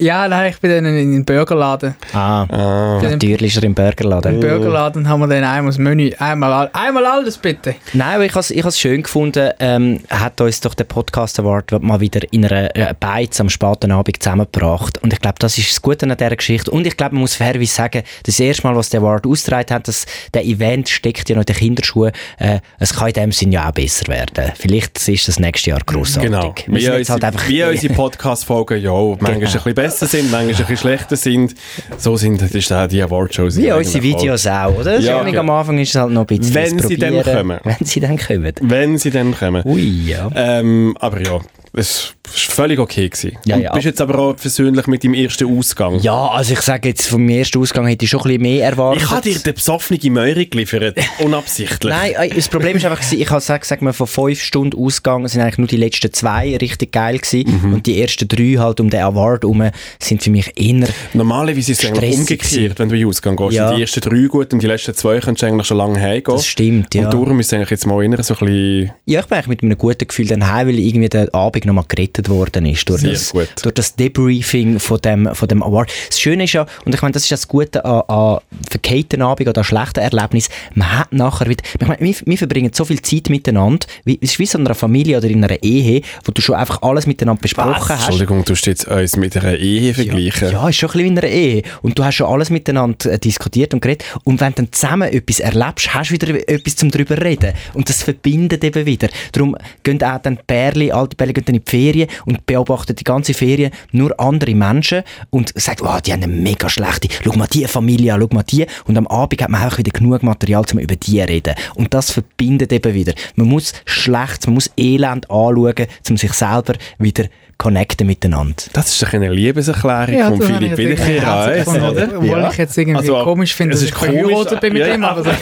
Ja, nein, ich bin dann in in den Burgerladen. Ah, Ah. natürlich ist er im Burgerladen. Im Burgerladen haben wir dann einmal das Menü. Einmal, all- einmal alles bitte. Nein, aber ich habe ich es schön gefunden, ähm, hat uns doch der Podcast Award mal wieder in einer äh, Beiz am späten Abend zusammengebracht. Und ich glaube, das ist das Gute an dieser Geschichte. Und ich glaube, man muss fairerweise sagen, das erste Mal, was der Award ausgetragen hat, dass der Event steckt ja noch in den Kinderschuhen. Äh, es kann in dem Sinn ja auch besser werden. Vielleicht ist das nächste Jahr grossartig. Genau. Wir Wie müssen jetzt unsere, halt einfach... Genau. wie unsere Podcast-Folgen ja auch manchmal ein bisschen besser sind, manchmal ein bisschen schlechter sind. So sind das ist auch die Award-Shows. Wie ja unsere eigentlich auch. Videos auch, oder? Ja, Schon ja. Am Anfang ist es halt noch ein bisschen Wenn das sie dann Probieren. kommen. Wenn sie dann kommen. Wenn sie dann kommen. Ui, ja. Ähm, aber ja, es war völlig okay. Gewesen. Ja, Und ja. Bist jetzt aber auch persönlich mit deinem ersten Ausgang. Ja, also ich sage jetzt, vom ersten Ausgang hätte ich schon ein bisschen mehr erwartet. Ich habe dir den besoffenen Möhre geliefert, unabsichtlich. Nein, äh, das Problem ist einfach, gewesen, ich habe gesagt, sag mal, von fünf Stunden Ausgang sind eigentlich nur die letzten zwei richtig geil gewesen. Mhm. Und die ersten drei halt um den Award herum sind für mich eher... Normalerweise ist es eigentlich Stressig umgekehrt, gewesen. wenn du in den Ausgang gehst. Ja. Sind Die ersten drei gut und die letzten zwei könntest du eigentlich schon lange heimgehen. Das stimmt, ja. Oh. Und darum ist es eigentlich jetzt mal inner so ein bisschen... Ja, ich bin eigentlich mit einem guten Gefühl dann heim, weil irgendwie der Abend nochmal gerettet worden ist. Durch Sehr das, gut. Durch das Debriefing von dem, von dem Award. Das Schöne ist ja, und ich meine, das ist ja das Gute an, an verkehrten Abend oder an schlechten Erlebnissen, man hat nachher wieder, ich meine, wir, wir verbringen so viel Zeit miteinander, wie, es ist wie so in einer Familie oder in einer Ehe, wo du schon einfach alles miteinander besprochen hast. Entschuldigung, du jetzt uns mit einer Ehe vergleichen. Ja, ist schon ein bisschen wie in einer Ehe. Und du hast schon alles miteinander äh, diskutiert und geredet. Und wenn du dann zusammen etwas erlebst, hast du wieder etwas zum drüber reden. Und das verbindet eben wieder. Darum gehen auch dann die Pärchen, alte Pärchen gehen dann in die Ferien und beobachten die ganze Ferien nur andere Menschen und sagen, wow, die haben eine mega schlechte, schau mal die Familie an, schau mal die. Und am Abend hat man auch wieder genug Material, um über die zu reden. Und das verbindet eben wieder. Man muss schlecht, man muss Elend anschauen, um sich selber wieder connecten miteinander. Das ist doch eine Liebeserklärung von das habe ich Philipp jetzt irgendwie Wiederkehr, herzlich gefunden, oder? Obwohl Ja. ich jetzt irgendwie Also, komisch finde, es dass ist ich verheiratet komisch, bin mit ja, ihm. ja. Aber,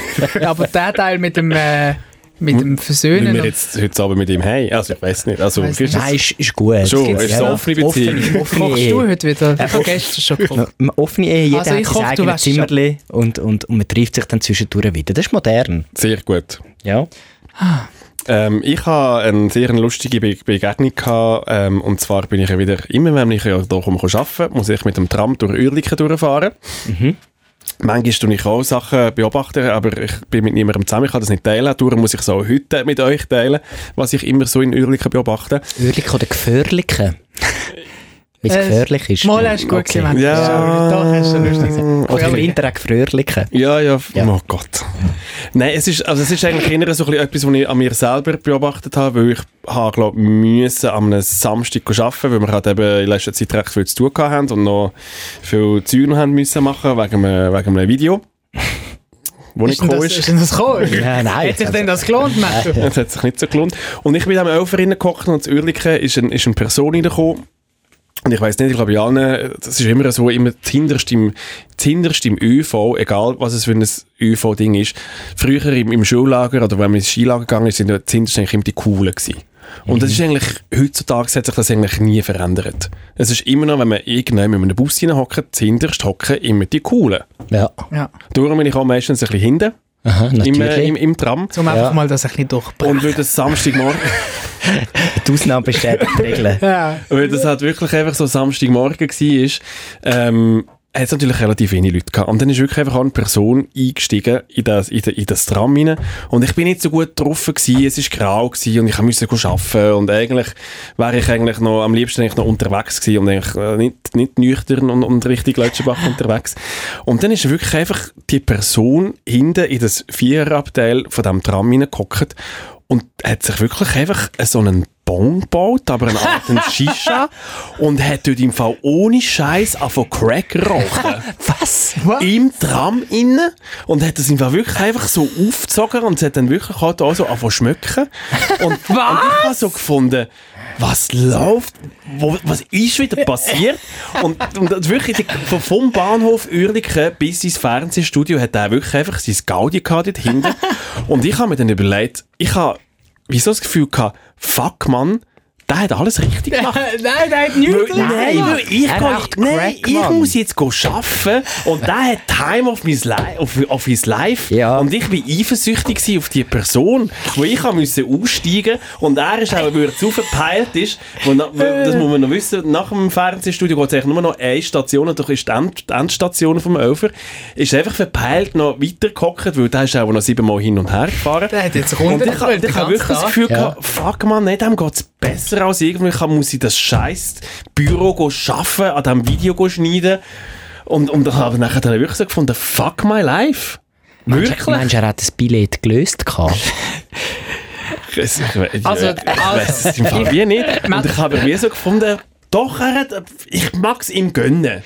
aber der Teil mit dem, äh, mit dem Sind Versöhnen. wir jetzt heute Abend mit ihm heim? Also, ich weiß nicht. Also, Weiss ist Nein, ist, ist gut. Schon, Gibt's ist ja so noch. offene Beziehung. Offene, offene Kochst du Ehe. heute wieder? Ich habe gestern schon gekocht. Eine Offene Ehe, jeder Also ich hat hoffe, sein du eigenes weißt schon. Zimmerli und, und, und man trifft sich dann zwischendurch wieder. Das ist modern. es sehr gut. Ja. Ähm, ich habe eine sehr lustige Be Begegnung gehabt, ähm, und zwar bin ich ja wieder, immer wenn ich ja hier komme arbeiten, muss ich mit dem Tram durch Uerlikon durchfahren. Manchmal tue ich auch Sachen beobachten, aber ich bin mit niemandem zusammen, ich kann das nicht teilen, darum muss ich es auch heute mit euch teilen, was ich immer so in Uerlikon beobachte. Würlich oder gefährliche? Weil es Äh, gefährlich ist. Mal hast du gut gewesen. Mensch. Ja. Da hast du lustig gesehen. Oder im Fröhlich. Internet gefährliche. Ja, ja, Ja. oh Gott. Nein, es ist, also es ist eigentlich eher so ein bisschen etwas, was ich an mir selber beobachtet habe, weil ich habe, glaube ich, müssen an einem Samstag arbeiten, weil wir halt eben in letzter Zeit recht viel zu tun gehabt haben und noch viel Zeug noch haben müssen machen wegen einem, wegen einem Video, wo Ist nicht denn gekommen das, ist. ist denn das gekommen? Ja, nein. Hat sich denn das gelohnt, Matthew? Äh, Das hat sich nicht so gelohnt. Und ich bin am Elfer reingehockt und zu Uerlikon ist, ein, ist eine Person reingekommen. Und ich weiß nicht, ich glaube, ja, das ist immer so, immer das hinterste im, das hinterste im ÖV, egal was es für ein ÖV-Ding ist. Früher im, im Schullager oder wenn man ins Skilager gegangen ist, sind ja das hinterste eigentlich immer die Coolen gewesen. Und das ist eigentlich, heutzutage hat sich das eigentlich nie verändert. Es ist immer noch, wenn man irgendwann in einem Bus reinhockt, hinterst hocken immer die Coolen. Ja. Ja. Darum bin ich auch meistens ein bisschen hinten Aha, im, äh, natürlich. im, im Tram. Um einfach Ja. mal das ein bisschen durchbrechen. Und würde das Samstagmorgen... Die Ausnahme bestätigt die Regeln. Ja. Weil das halt wirklich einfach so Samstagmorgen war, ähm, hat es natürlich relativ wenige Leute gehabt. Und dann ist wirklich einfach auch eine Person eingestiegen in das, in, de- in das Tram rein. Und ich bin nicht so gut getroffen gewesen, es war grau gewesen und ich musste arbeiten und eigentlich wäre ich eigentlich noch, am liebsten eigentlich noch unterwegs gewesen und eigentlich äh, nicht, nicht nüchtern und, und richtig Lötschenbach unterwegs. Und dann ist wirklich einfach die Person hinten in das Viererabteil von diesem Tram reingehockt und hat sich wirklich einfach so einen Bon gebaut, aber eine Art einen Shisha und hat dort im Fall ohne Scheiß von Crack rauchen. Was? Im Tram innen und hat das im Fall wirklich einfach so aufgezogen und es hat dann wirklich halt auch so angefangen zu schmecken. Und, und ich habe so gefunden, was läuft, wo, was ist wieder passiert? Und, und das wirklich die, vom- vom Bahnhof Uerlikon bis ins Fernsehstudio hat er wirklich einfach sein Gaudi gehabt dort hinten. Und ich habe mir dann überlegt, ich habe wieso das Gefühl gehabt, fuck Mann, der hat alles richtig gemacht. Nein, der hat nichts Weil, nein, gemacht. weil ich, Er kann- macht nein, Crack, ich Mann. muss jetzt go arbeiten und der hat Time auf mein, Li auf, auf mein Life Ja. und ich bin eifersüchtig gewesen auf die Person, wo ich habe müssen aussteigen und er ist auch, weil er zu verpeilt ist, wo na, weil- das muss man noch wissen, nach dem Fernsehstudio geht es eigentlich nur noch eine Station und doch ist die, End die Endstation vom Öfer, ist einfach verpeilt noch weitergehockt, weil der ist auch noch siebenmal hin und her gefahren. Der hat jetzt Und Runden ich, hab- ich habe wirklich das Gefühl Ja. gehabt, fuck man, nicht dem geht es besser als irgendwie. Ich hab- muss in das scheiß Büro go arbeiten, an diesem Video go schneiden. Und, und ich habe nachher dann wirklich so gefunden, fuck my life. Wirklich? Mensch, er hat das Billett gelöst. gehabt. Es- ich we- ich Also, weiss es im Fall wie nicht. Und ich habe mir so gefunden, doch, er hat, ich mag es ihm gönnen.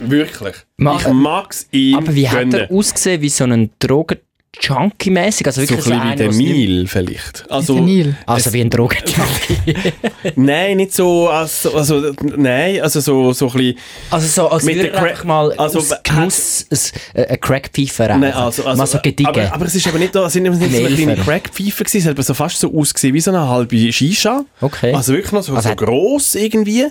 Wirklich. Ma- ich mag es ihm Aber wie hat gönnen. er ausgesehen wie so ein Drogen-Junkie-mäßig? Also so ein wirklich so, bisschen wie einer, der was nicht- Mil vielleicht. Also, Senil. Also wie ein Drogen-Junkie. Nein, nicht so, als, also, nein, also so, so ein bisschen, Also so, als Mit würde der er Crack- einfach mal also, also, aus Genuss ein- äh, eine Crack-Pfeife rauchen. Nein, also, also, mal so gediegen. aber, aber es ist aber nicht, es sind nicht so eine Nelfer. kleine Crackpfeife gewesen, es hat aber so fast so ausgesehen wie so eine halbe Shisha. Okay. Also wirklich noch so, Also so hat- gross irgendwie.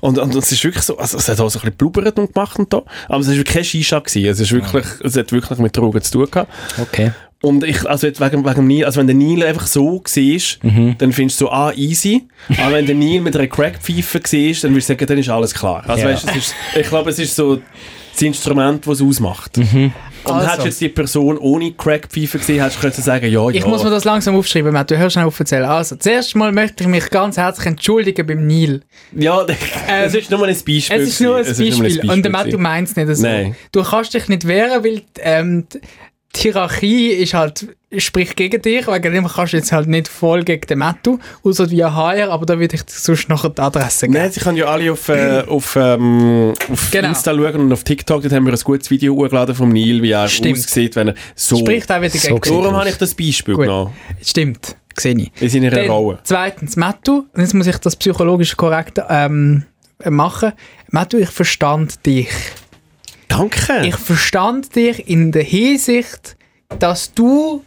Und, und es ist wirklich so, also es hat auch so ein bisschen blubbert und gemacht und da. Aber es war keine Shisha gewesen. Es ist wirklich, es hat wirklich mit Drogen zu tun gehabt. okay. Und ich, also jetzt wegen, wegen dem Neil, also wenn der Neil einfach so siehst, dann findest du so, ah, easy. Aber wenn der Neil mit einer Crackpfeife siehst, dann würdest du sagen, dann ist alles klar. Also Ja. weißt, es ist, ich glaube, es ist so das Instrument, das es ausmacht. Und Also. hättest du jetzt die Person ohne Crackpfeife gesehen, hättest du können sagen, ja, ja. Ich muss mir das langsam aufschreiben, Matt. Du hörst schon auf erzählen. Also, zuerst mal möchte ich mich ganz herzlich entschuldigen beim Neil. ja, es ist nur ein Beispiel. Ähm, Es ist nur ein gewesen. Beispiel. Und der Matt, du gewesen. meinst nicht so. Nein. Du kannst dich nicht wehren, weil ähm, die die Hierarchie ist halt, spricht gegen dich. Wegen dem kannst du jetzt halt nicht voll gegen den Matt, außer via HR, aber da würde ich dir sonst noch die Adresse geben. Nein, sie können ja alle auf, äh, auf, ähm, auf Mhm. Genau. Insta schauen und auf TikTok. Dort haben wir ein gutes Video hochgeladen vom Neil, wie er Stimmt. aussieht, wenn er so... Spricht auch wieder So gegen gesehen. dich. Darum habe ich das Beispiel Gut. genommen. Stimmt, sehe ich. In seiner Dann Rolle. Zweitens, Mattu, jetzt muss ich das psychologisch korrekt ähm, machen. Mattu, ich verstand dich. Danke. Ich verstand dich in der Hinsicht, dass du,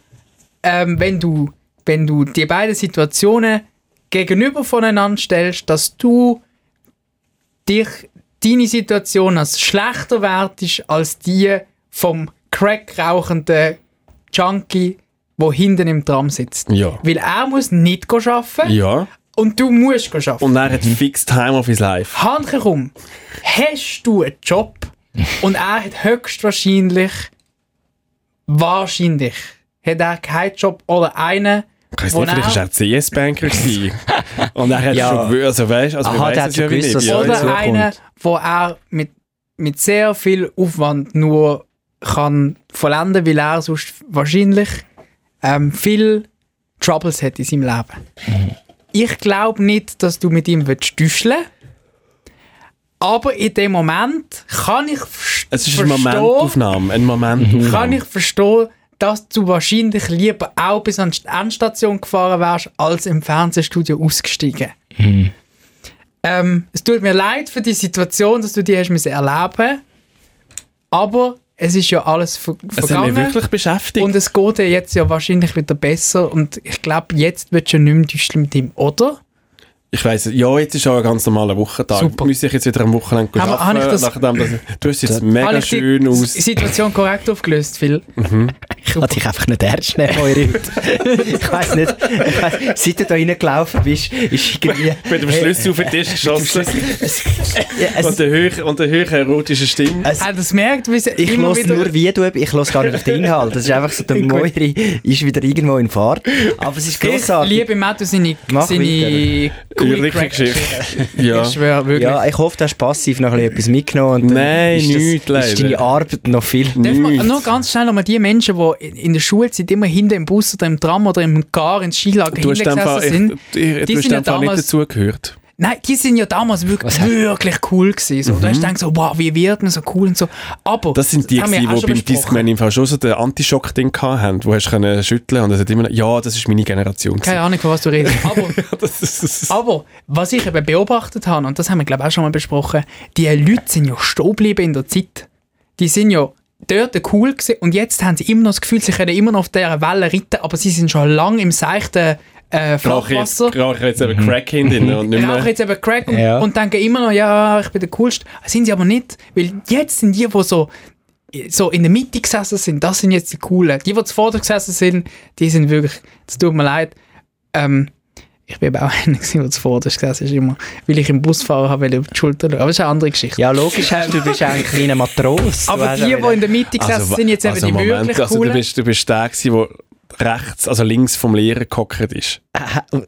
ähm, wenn du, wenn du die beiden Situationen gegenüber voneinander stellst, dass du dich deine Situation als schlechter wertest als die vom Crack rauchenden Junkie, wo hinten im Tram sitzt. Ja. Weil er muss nicht go arbeiten ja. und du musst go arbeiten. Und er hat fixed time of his life. Hanke komm, hast du einen Job? Und er hat höchstwahrscheinlich, wahrscheinlich, hat er keinen Job oder einen, Ich weiss wo nicht, vielleicht war er CS-Banker. gewesen. Und er hat Ja. schon gewusst, also weißt also Aha, der wir hat wissen es schon ja wie nicht. gewusst, dass Ja, er- ja. oder zukommt. einen, wo er mit, mit sehr viel Aufwand nur kann vollenden, weil er sonst wahrscheinlich ähm, viel Troubles hat in seinem Leben. Mhm. Ich glaube nicht, dass du mit ihm willst täuscheln aber in dem Moment kann ich vers- Es ist eine verstehen, Momentaufnahme. Ein Momentaufnahme. kann ich verstehen, dass du wahrscheinlich lieber auch bis an die Endstation gefahren wärst, als im Fernsehstudio ausgestiegen. Hm. Ähm, es tut mir leid für die Situation, dass du die hast müssen erleben aber es ist ja alles ver Es hat mich vergangen wirklich beschäftigt. und es geht dir jetzt ja wahrscheinlich wieder besser und ich glaube, jetzt wird schon nicht mehr düsteln mit ihm, oder? ich weiss, ja, jetzt ist auch ein ganz normaler Wochentag. Super. Müsste ich jetzt wieder am Wochenende gut Aber habe ich arbeiten, das- nachdem das- Du hast jetzt Habe mega ich die schön S- aus. Situation korrekt aufgelöst, Phil? Ich kann dich einfach nicht ernst nehmen, eure Leute. Ich weiss nicht, ich weiss, seit du da reingelaufen bist, ist irgendwie... Mit dem Schlüssel auf den Tisch geschossen. Es, ja, Und es, der höch- und der höchsten erotischen Stimme. es, Ah, das merkt, wie sie ich immer höre wieder... nur, wie du... Ich höre gar nicht auf den Inhalt. Das ist einfach so, der Moiri ist wieder irgendwo in Fahrt. Aber es ist ich grossartig. liebe Matthew seine, Mach seine coole Wirklich Crack-Geschichte. Geschichte. Ja. Ich schwöre, wirklich. Ja, ich hoffe, du hast passiv noch ein bisschen etwas mitgenommen. Und dann Nein, ist nichts leider. Ist deine Arbeit noch viel... Darf man nichts. noch ganz schnell nochmal die Menschen, die in- in der Schulzeit immer hinten im Bus oder im Tram oder im Gar ins Skilager Du hast in dem Fall, hingesessen sind. ich, ich, Die du hast sind in ja dem Fall nicht damals- dazugehört. Nein, die sind ja damals wirklich, Was hat- wirklich cool gewesen. So. Du hast gedacht so, wow, wie wird man so cool und so. Aber... Mhm. Das sind die, haben wir die, auch die schon beim besprochen. Discman im Fall schon so den Antischock-Ding hatten, wo hast du können schütteln und es hat immer noch, ja, das ist meine Generation. Keine Ahnung, von was du redest. Aber... gewesen. Das ist- das ist- Aber was ich eben beobachtet habe, und das haben wir glaube ich auch schon mal besprochen, die Leute sind ja stehen geblieben in der Zeit. Die sind ja dort cool gewesen und jetzt haben sie immer noch das Gefühl, sie können immer noch auf dieser Welle reiten, aber sie sind schon lange im seichten äh, Brauche ich jetzt, Flachwasser. brauche ich jetzt eben Crack hinten und nicht Rauchen mehr. jetzt eben Crack und, Ja. und denken immer noch, ja, ich bin der Coolste. Ah, Sind sie aber nicht, weil jetzt sind die, die so, so in der Mitte gesessen sind, das sind jetzt die Coolen. Die, die zuvor gesessen sind, die sind wirklich, es tut mir leid, ähm, ich bin eben auch einer, gewesen, der zuvor gesessen ist, immer, weil ich im Bus fahren habe, weil ich über die Schulter schaue. Aber das ist eine andere Geschichte. Ja, logisch, du bist ja ein kleiner Matros. Du aber hast die, die ja wieder- in der Mitte gesessen wa- sind, jetzt eben die Moment, wirklich also du Coolen. bist, du bist der gewesen, der rechts, also links vom Lehrer gehockt ist.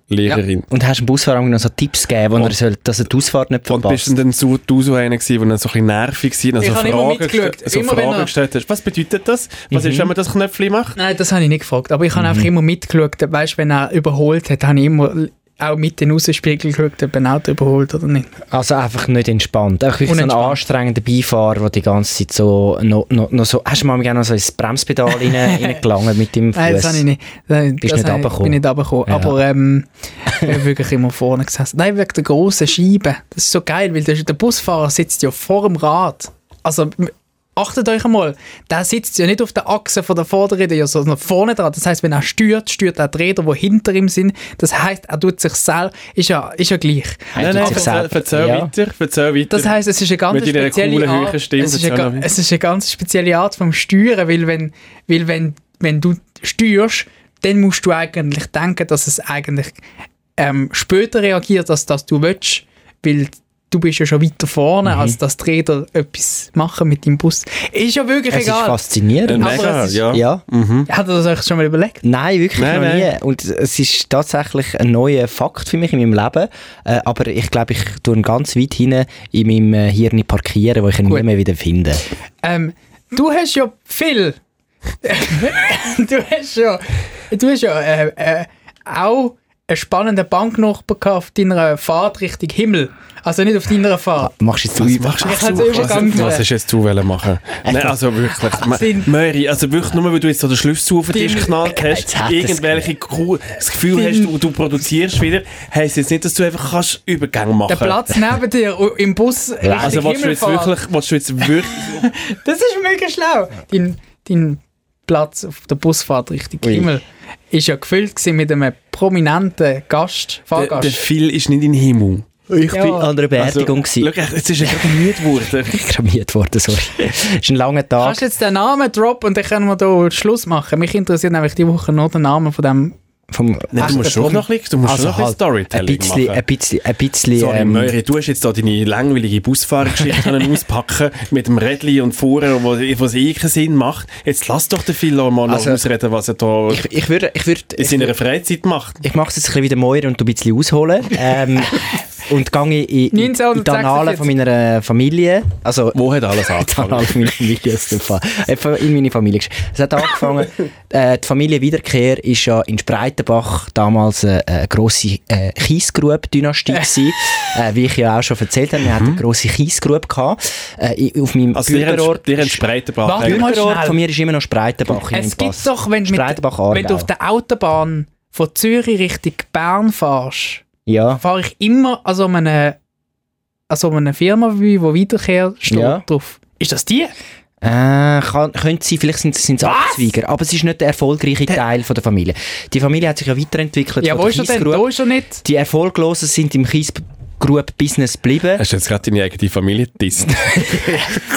Lehrerin. Und hast dem Busfahrer auch noch so Tipps gegeben, wo er soll, dass er die Ausfahrt nicht Und bist du verpasst. dann so, du so einer gewesen, der dann so ein bisschen nervig war, also Ich habe immer Fragen, mitgeschaut. geste- also Immer wenn Fragen er- gestellt hast. Was bedeutet das? Was ist, wenn man das Knöpfchen macht? Nein, das habe ich nicht gefragt. Aber ich habe Mhm. einfach immer mitgeschaut, weißt, wenn er überholt hat, habe ich immer auch mit den Außenspiegel geschaut, ob ein Auto überholt oder nicht. Also einfach nicht entspannt. Einfach wirklich so ein Unentspannt. anstrengender Beifahrer, der die ganze Zeit so noch, noch, noch so... Hast du mal gerne noch so ins Bremspedal rein- reingelangen mit deinem Fuß? Nein, das habe ich nicht. Das, das Bist nicht habe ich- runtergekommen? bin nicht runtergekommen. Ja. Aber ähm, ich bin wirklich immer vorne gesessen. Nein, wegen der grossen Scheibe. Das ist so geil, weil der, der Busfahrer sitzt ja vor dem Rad. Also m- achtet euch einmal, der sitzt ja nicht auf der Achse von der Vorderräder, sondern vorne dran. Das heißt, wenn er steuert, steuert er die Räder, die hinter ihm sind. Das heißt, er tut sich selbst, ist ja, ist ja gleich. Nein, nein, tut sich erzähl, Also, selbst. erzähl Ja. weiter, erzähl weiter. Das heisst, es ist eine ganz Mit ihrer spezielle coolen, Art. höheren Stimme, es, ist eine, das ga- auch noch- es ist eine ganz spezielle Art vom Steuern, weil wenn, weil wenn, wenn du steuerst, dann musst du eigentlich denken, dass es eigentlich ähm, später reagiert, als das du willst, weil du bist ja schon weiter vorne, Mhm. als dass die Räder etwas machen mit deinem Bus. Ist ja wirklich Es ist egal. Äh, faszinierend. Aber mega, es ist- ja. Ja. Hat er das euch schon mal überlegt? Nein, wirklich Nein, noch nein. nie. Und es ist tatsächlich ein neuer Fakt für mich in meinem Leben. Äh, aber ich glaube, ich tue ihn ganz weit hinten in meinem äh, Hirn parkieren, wo ich ihn Gut. nie mehr wieder finde. Ähm, du hast ja viel. du hast ja, du hast ja äh, äh, auch einen spannenden Banknachbar gehabt auf deiner Fahrt Richtung Himmel. Also nicht auf deiner Fahrt. Machst du jetzt Was machst zu- du Ich jetzt? hab's Was- übergangen. Was hast du jetzt zu wollen machen? Nein, also wirklich. Sinn. Ma- Mary, also wirklich nur, weil du jetzt so den Schlüssel auf den Die- Tisch geknallt hast, Jetzt hat es irgendwelche cool, das Gefühl Die- hast, du, du produzierst wieder, heisst jetzt nicht, dass du einfach kannst Übergang machen Der Platz neben dir u- im Bus Richtung äh. Also willst du Himmel jetzt fahren. wirklich, willst du jetzt wirklich, Das ist mega schlau. Dein, dein Platz auf der Busfahrt Richtung Ui. Himmel ist ja gefüllt gewesen mit einem prominenten Gast, der, der Fahrgast. Phil ist nicht in den Himmel. Ich Ja. bin an einer Beerdigung. Also, Also, schau, jetzt ist er gerade müde geworden. kramiert worden, sorry. Es war ein langer Kannst Tag. du jetzt den Namen droppen und dann können wir hier Schluss machen. Mich interessiert nämlich die Woche noch der Name von dem Vom, Also, halt Nein, du musst schon noch ein bisschen, du musst schon noch ein bisschen ein Storytelling bisschen, machen. ein bisschen, ein bisschen, Sorry, ähm, Möri, du hast jetzt da deine langweilige Busfahrergeschichte können auspacken mit dem Rädli und Fuhren, wo was eh keinen Sinn macht. Jetzt lass doch den Phil auch mal Also, noch ausreden, was er da ich, ich würde, ich würde, in seiner Freizeit macht. ich mache es jetzt ein bisschen wieder Moir und du ein bisschen ausholen. Ähm, und gehe in, in, in die 1946. Annalen von meiner Familie. Also, Wo hat alles Dann habe angefangen? ich meine Familie aus dem Fall. Einfach in meine Familie gesch- Es hat angefangen, äh, die Familie Wiederkehr ist ja in Spreitenbach damals eine, eine grosse äh, Kiesgrube-Dynastie gewesen. äh, wie ich ja auch schon erzählt habe, wir hatten eine Mhm. grosse Kiesgrube gehabt. Äh, ich- auf meinem Also, der Bürgerort. hat, der hat Spreitenbach. Warte Hey, mal. Bürgerort Schnell. von mir ist immer noch Spreitenbach. in Es Pass. gibt doch, wenn, du mit, Spreitenbach wenn du auf der Autobahn von Zürich Richtung Bern fährst, Ja. fahre ich immer an so einer, an so einer Firma wie, wo Wiederkehr steht Ja. drauf. Ist das die? Äh, kann, könnte sein, vielleicht sind es Abzweiger, aber es ist nicht der erfolgreiche Teil von der Familie. Die Familie hat sich ja weiterentwickelt ja, von wo der ist er denn? Kiesgrube. Da ist er nicht. Die Erfolglosen sind im Kiesgrube-Business geblieben. Hast du jetzt gerade deine eigene Familie gedisst?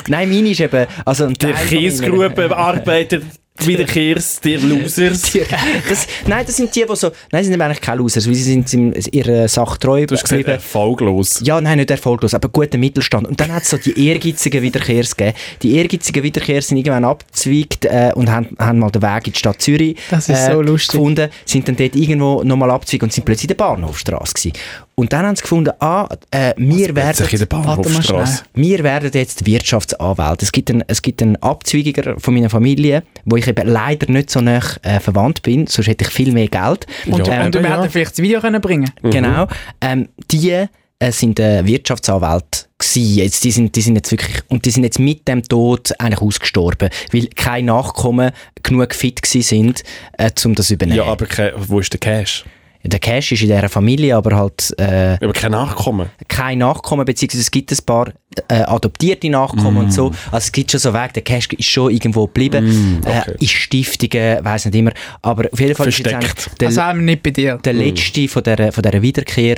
Nein, meine ist eben... Also ein Der Teil von meiner- Kiesgrube arbeitet wiederkehrs, der Losers. Das, nein, das sind die, die so... Nein, sie sind eben eigentlich keine Losers, weil sie sind im- ihrer Sache treu Du hast gesagt, erfolglos. Ja, nein, nicht erfolglos, aber guter Mittelstand. Und dann hat es so die ehrgeizigen Wiederkehrs gegeben. Die ehrgeizigen Wiederkehrs sind irgendwann abgezweigt äh, und haben, haben mal den Weg in die Stadt Zürich äh, Das ist so lustig. gefunden, sind dann dort irgendwo nochmal abgezweigt und sind plötzlich in der Bahnhofstrasse gewesen. Und dann haben sie gefunden, ah, äh, wir werden... Sich Also in der Bahnhofstrasse. Wir werden jetzt Wirtschaftsanwälte. Es gibt einen, es gibt einen Abzweigiger von meiner Familie, wo ich eben leider nicht so nah äh, verwandt bin, sonst hätte ich viel mehr Geld. ähm, Und, Ja, und wir eben, ja. hätten vielleicht das Video können bringen Genau. Ähm, die äh, sind äh, Wirtschaftsanwälte gewesen. Jetzt, die, sind, die sind jetzt wirklich, und die sind jetzt mit dem Tod eigentlich ausgestorben, weil keine Nachkommen genug fit gewesen sind, äh, um das zu übernehmen. Ja, aber ke- wo ist der Cash? Der Cash ist in dieser Familie, aber halt äh, Aber kein Nachkommen. kein Nachkommen, beziehungsweise es gibt ein paar äh, adoptierte Nachkommen Mm. und so. Also es gibt schon so Wege, der Cash ist schon irgendwo geblieben, Mm, okay. äh, in Stiftungen, weiß nicht immer, aber auf jeden Fall Versteckt. ist jetzt eigentlich der, also auch nicht bei dir. Mhm. der letzte von dieser, von dieser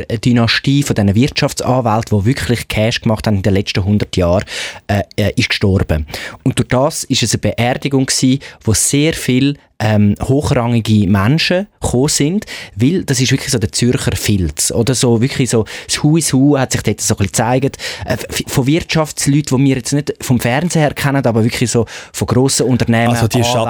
Wiederkehr-Dynastie, von diesen Wirtschaftsanwälten, die wirklich Cash gemacht haben in den letzten 100 Jahren, äh, äh, ist gestorben. Und durch das ist es eine Beerdigung gewesen, wo sehr viel ähm, hochrangige Menschen gekommen sind, weil das ist wirklich so der Zürcher Filz, oder so wirklich so das Hu is Hu hat sich dort so ein bisschen gezeigt, äh, f- von Wirtschaftsleuten, die wir jetzt nicht vom Fernsehen her kennen, aber wirklich so von grossen Unternehmen, Also die Anwälten.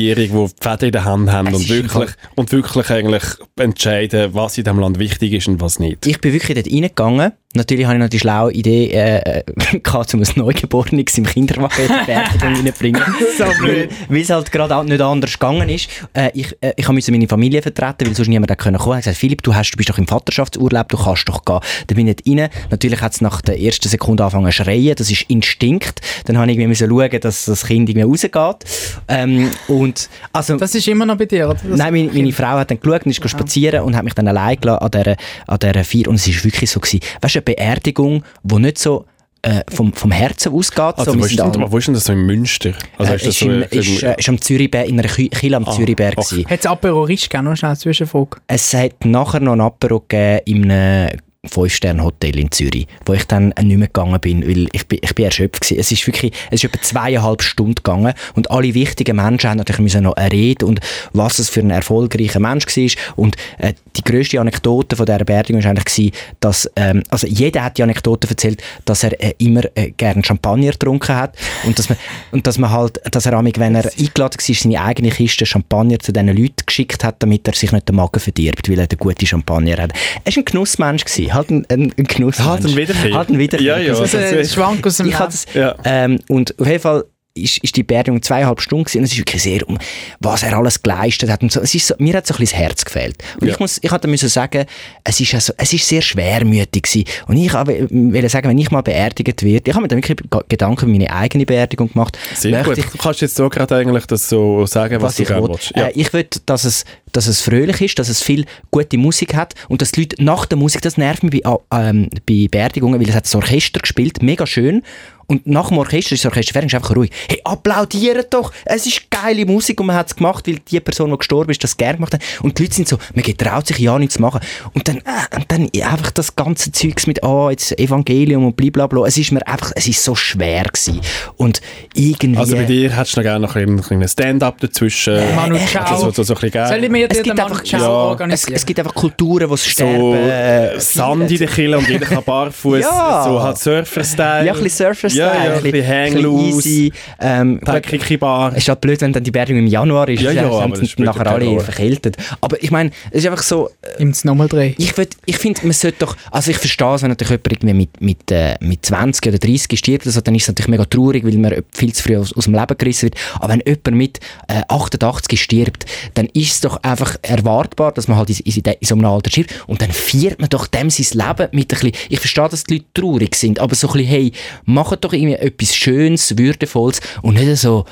Schattenregierung, die die Fäden in der Hand haben Es und ist im wirklich, Fall- und wirklich eigentlich entscheiden, was in diesem Land wichtig ist und was nicht. Ich bin wirklich dort reingegangen. Natürlich hatte ich noch die schlaue Idee, äh, äh, gehabt, um ein Neugeborenes im Kinderwagen in die Beerdigung reinzubringen. so blöd. Weil es halt gerade auch nicht anders gegangen ist. Äh, ich äh, ich musste meine Familie vertreten, weil sonst niemand hätte kommen können. Ich gesagt, Philipp, du, hast, du bist doch im Vaterschaftsurlaub, du kannst doch gehen. Dann bin ich dort rein. Natürlich hat es nach der ersten Sekunde angefangen zu schreien. Das ist Instinkt. Dann habe ich irgendwie müssen schauen, dass das Kind irgendwie rausgeht. Ähm, und, also, Das ist immer noch bei dir, oder? Das Nein, meine, meine Frau hat dann geschaut und ist spazieren und hat mich dann allein gelassen an dieser, an dieser Feier. Und es war wirklich so. Gewesen. Weißt du, eine Beerdigung, die nicht so äh, vom, vom Herzen ausgeht. Also, so, wo, wir ist sind alle- denn, wo ist denn das so in Münster? Also, äh, ist das ist so im- ein- ist, äh, ist am Zürichberg, in einer Kü- Kille am Ah, Zürichberg okay. gewesen. Hat es Apero Risch gegeben, nur schnell eine Zwischenfrage. Es hat nachher noch ein Apero gegeben in einem Fünf-Sterne-Hotel in Zürich, wo ich dann nicht mehr gegangen bin, weil ich bin, ich bin erschöpft gewesen. Es ist wirklich, es ist etwa zweieinhalb Stunden gegangen und alle wichtigen Menschen haben natürlich müssen noch eine Rede und was es für ein erfolgreicher Mensch war. Und äh, die grösste Anekdote von dieser Beerdigung war eigentlich, gewesen, dass, ähm, also jeder hat die Anekdote erzählt, dass er äh, immer äh, gerne Champagner getrunken hat und dass man, und dass man halt, dass er amig, wenn er eingeladen war, seine eigene Kiste Champagner zu diesen Leuten geschickt hat, damit er sich nicht den Magen verdirbt, weil er den guten Champagner hat. Er war ein Genussmensch. Gewesen. Halt ein, ein, ein Genussmensch. Halt ein Wiederkehr. Halt ein Ja, Wiederkehr. ja. Das ist ein das- Schwank aus dem Ich Leben. hatte das, Ja. ähm, und auf jeden Fall ist, ist die Beerdigung zweieinhalb Stunden gewesen und es ist wirklich sehr um, was er alles geleistet hat und so. Es ist so mir hat so ein bisschen das Herz gefehlt. Und Ja. ich muss, ich hatte müssen sagen, es ist also, es ist sehr schwermütig gewesen. Und ich habe- will sagen, wenn ich mal beerdigt werde, ich habe mir dann wirklich G- Gedanken über meine eigene Beerdigung gemacht. Sehr Möchte gut. Du kannst jetzt so gerade eigentlich das so sagen, was, du ich gerne will. willst. Ja. Äh, ich will, dass es, dass es fröhlich ist, dass es viel gute Musik hat und dass die Leute nach der Musik, das nervt mich bei, ah, ähm, bei Beerdigungen, weil es hat das Orchester gespielt, mega schön. Und nach dem Orchester ist das Orchester fertig, ist einfach ruhig. Hey, applaudiert doch! Es ist geile Musik und man hat es gemacht, weil die Person, die gestorben ist, das gerne gemacht hat. Und die Leute sind so, man getraut sich ja nichts zu machen. Und dann, äh, und dann einfach das ganze Zeugs mit, ah, jetzt Evangelium und blablabla. Es ist mir einfach, es ist so schwer gewesen. Und irgendwie... also bei dir hättest du noch gerne noch ein kleines Stand-up dazwischen. Äh, Manu Hättest du Chao. So, so, so ein bisschen Soll ich gerne. mir jetzt Es gibt den Mann einfach- Ciao Ja. Es, organisieren? es gibt einfach Kulturen, wo es sterben. So äh, Sand in viele- der Kille und jeder kann barfuß. Ja. So halt Surfer-Style. Ja, ein bisschen Surfer-Style. Ja, ja, ein bisschen hang loose. easy. Ähm, gut, Packiki-Bar. es ist halt blöd, wenn dann die Bergung im Januar ist. Ja, ja, dann aber das sind spielt nachher ja keine alle Rolle. verkältet. Aber ich meine, es ist einfach so, Im nochmal drei. ich, würd- ich finde, man sollte doch, also ich verstehe es, wenn natürlich jemand irgendwie mit, mit, äh, mit 20 oder 30 stirbt, also, dann ist es natürlich mega traurig, weil man viel zu früh aus, aus dem Leben gerissen wird. Aber wenn jemand mit äh, 88 stirbt, dann ist es doch einfach erwartbar, dass man halt in, in, in so einem Alter stirbt und dann feiert man doch dem sein Leben mit ein bisschen, ich verstehe, dass die Leute traurig sind, aber so ein bisschen, hey, macht doch irgendwie etwas Schönes, Würdevolles und nicht so,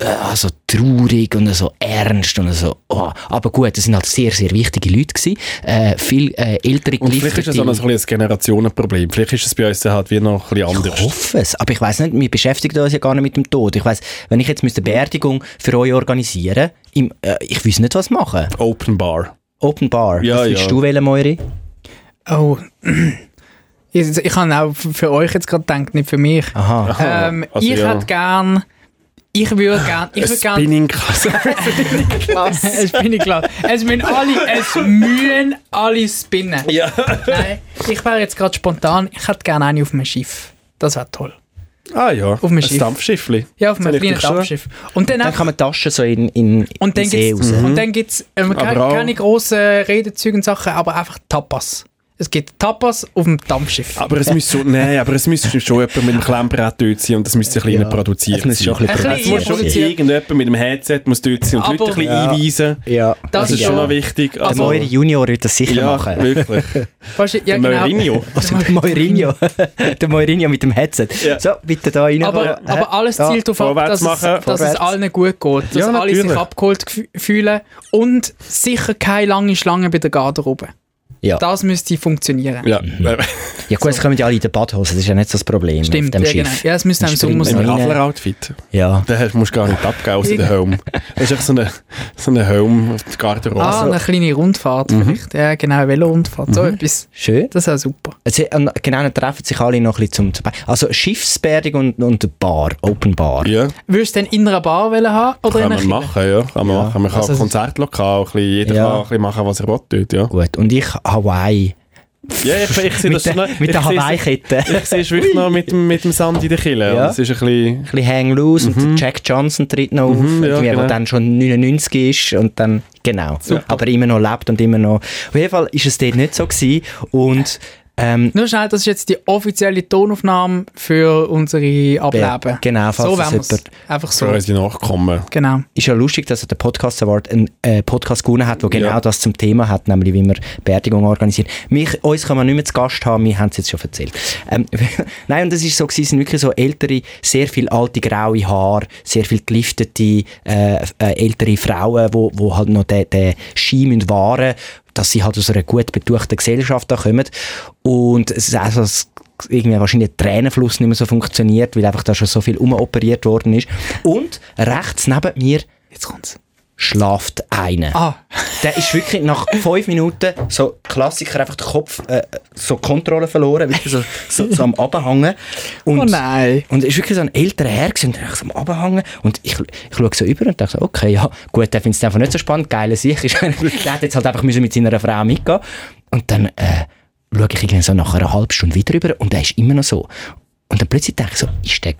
äh, also traurig und so ernst und so. Oh. Aber gut, das sind halt sehr, sehr wichtige Leute gewesen. Äh, viel äh, ältere Und vielleicht ist das auch noch so ein bisschen ein Generationenproblem. Vielleicht ist es bei uns halt wie noch ein bisschen anders. ich hoffe es, aber ich weiß nicht, wir beschäftigen uns ja gar nicht mit dem Tod. Ich weiß, wenn ich jetzt müsste eine Beerdigung für euch organisieren im, äh, ich wüsste nicht, was machen. Open Bar. Open Bar, Ja, was würdest ja. du wählen, Moiri? Oh. Ich, ich habe auch f- für euch jetzt gerade gedacht, nicht für mich. Aha. Ähm, also ich ja. hätte gern. Ich würde gern. Ich Ein würde gern. Spinning-Kasse. Es bin ich klar. Es müssen alle, es mühen alle spinnen. ja. Nein, ich wäre jetzt gerade spontan. Ich hätte gerne eine auf einem Schiff. Das wäre toll. Ah ja, auf einem ein Schiff. Dampfschiffli. Ja, auf Soll einem ich kleinen dich schon- Dampfschiff. Und dann, Dann kann man die Taschen so in, in, in und dann den See gibt's, raus. Mhm. und dann gibt's ähm, keine, auch- keine grossen Redezüge und Sachen, aber einfach Tapas. Es gibt Tapas auf dem Dampfschiff. Aber es müsste so, nein, aber es müsste schon jemand mit einem Klemmbrett dort sein und das müsste ein bisschen produziert Es muss schon ein sein. bisschen Ein bisschen Es muss schon produziert. produziert. irgendjemand mit dem Headset muss dort sein und die Leute ein Aber- bisschen einweisen. Ja. Das Das ist schon ja. noch wichtig. Also Der Moiri Junior würde das sicher ja, machen. wirklich. Weißt du, ja, genau. Der Mourinho. Also der Mourinho. der Mourinho mit dem Headset. Ja. So, bitte da rein. Aber, aber alles Ja. zielt darauf ab, Vorwärts dass, es, machen, dass es vorwärts. allen gut geht, dass Ja, alle sich natürlich. abgeholt gef- fühlen und sicher keine lange Schlange bei der Garderobe. Ja. Das müsste funktionieren. Ja, Ja gut, es kommen ja alle in den Badhosen, das ist ja nicht so das Problem Stimmt, auf dem ja, Schiff. genau. Ja, es müsste auch im Springt Sommer man sein. im rein. Adler-Outfit. Ja. Den hast- musst du gar nicht abgeben aus der Home. Das ist einfach so eine, so eine Home auf der Garderobe. Also, Ah, eine kleine Rundfahrt Mhm. vielleicht. Ja, genau, eine Velo-Rundfahrt. Mhm. So etwas. Schön. Das ist auch super. Sie, und genau, dann treffen sich alle noch ein bisschen zum... Also Schiffsbeerdigung und, und Bar, Open Bar. Ja, Würdest du denn in einer Bar wollen haben oder kann in einer man Kirche? machen, ja. Kann man machen. Man kann Also es ist- Konzertlokal, ein bisschen, jeder Ja. kann ein bisschen machen, was er will dort, ja. Gut, und ich Hawaii. Ja, ich, ich sehe das mit, schon der, noch. Ich mit der sehe es- Hawaii-Kette. Ich sehe es wirklich noch mit dem, mit dem Sand in der Kille. Ja. Ja. Es ist ein bisschen... Ein bisschen hang loose und der Jack Johnson tritt noch auf, Mhm, ja, irgendwie, genau. der dann schon 99 ist und dann, genau, aber immer noch lebt und immer noch. Auf jeden Fall ist es dort nicht so gewesen und ähm, Nur schnell, das ist jetzt die offizielle Tonaufnahme für unsere Ableben. genau, falls so das wollen wir es. jemand- Einfach so. Für unsere Nachkommen. Genau. ist ja lustig, dass der Podcast Award einen äh, Podcast gewonnen hat, der genau Ja. das zum Thema hat, nämlich wie wir Beerdigung organisieren. Mich, uns kann man nicht mehr zu Gast haben, wir haben es jetzt schon erzählt. Ähm, Nein, und das ist so, gewesen, es sind wirklich so ältere, sehr viel alte graue Haare, sehr viel geliftete äh, äh, ältere Frauen, wo, wo halt noch den, den Schein müssen wahren dass sie halt aus einer gut betuchten Gesellschaft da kommen. Und es ist auch so, dass irgendwie wahrscheinlich der Tränenfluss nicht mehr so funktioniert, weil einfach da schon so viel umoperiert worden ist. Und rechts neben mir Jetzt kommt's. schlaft einer. Ah, Der ist wirklich nach fünf Minuten, so Klassiker, einfach den Kopf, äh, so Kontrolle verloren, wirklich so, so, so am Abhängen. Und, oh nein. Und es ist wirklich so ein älterer Herr gewesen, und der ist so am Abhängen. Und ich, ich schaue so über und denke so, okay, ja, gut, der findet es einfach nicht so spannend, geile Sicht. ist- der hat jetzt halt einfach müssen mit seiner Frau mitgehen Und dann äh, schaue ich irgendwie so nach einer halben Stunde wieder rüber und der ist immer noch so. Und dann plötzlich denke ich so, ist der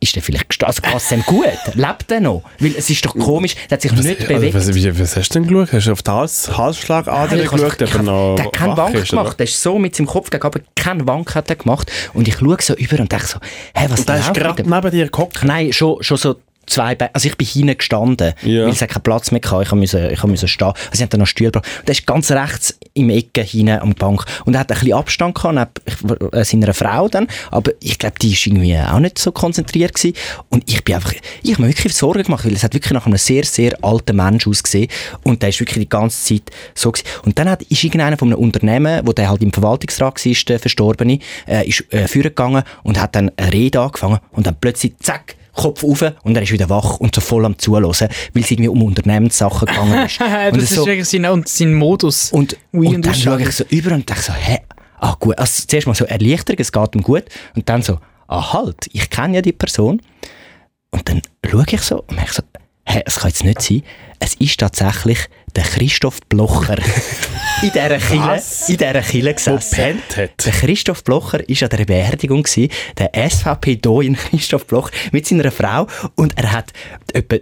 ist der vielleicht gestorben? Also geht es dem gut? Lebt der noch? Weil es ist doch komisch, der hat sich nicht bewegt. Also, was, wie- was hast du denn geschaut? Hast du auf die Hals, Halsschlagader Ich hab's- geschaut, ich ob er hab- noch Der hat wach keinen Wank ist, oder? gemacht. Der ist so mit seinem Kopf gegen aber keinen Wank hat er gemacht. Und ich schaue so über und denke so, hey, was Und der ist läuft mit gerade dem? neben dir gehockt. Nein, schon, schon so zwei Beine. Also ich bin hinten gestanden, Ja. weil es hat keinen Platz mehr hatte. Ich musste ich musste stehen. Also sie haben dann noch Stühle gebracht. Und der ist ganz rechts im Ecke hinten am Bank. Und er hat ein bisschen Abstand gehabt, neben äh, seiner Frau dann. Aber ich glaube, die war irgendwie auch nicht so konzentriert. Gewesen. Und ich bin einfach, ich habe mir wirklich Sorgen gemacht, weil es hat wirklich nach einem sehr, sehr alten Mensch ausgesehen. Und der ist wirklich die ganze Zeit so gewesen. Und dann hat, ist irgendeiner von einem Unternehmen, wo der halt im Verwaltungsrat war, der Verstorbene, äh, ist äh, vorgegangen und hat dann eine Rede angefangen und dann plötzlich, zack, Kopf auf und er ist wieder wach und so voll am Zuhören, weil es irgendwie um Unternehmenssachen gegangen ist. Äh, und das so, ist wirklich sein, und sein Modus. und, Ui, und dann schaue ausschalten. ich so über und denke so, hä, ah gut, also zuerst mal so Erleichterung, es geht ihm gut und dann so, ah halt, ich kenne ja die Person und dann schaue ich so und merke so, hä, es kann jetzt nicht sein, es ist tatsächlich der Christoph Blocher in dieser Kille, Was? in dieser Kille Wo gesessen. pennt hat. Der Christoph Blocher war an der Beerdigung, gewesen, der SVP-Doin Christoph Blocher, mit seiner Frau. Und er hat etwa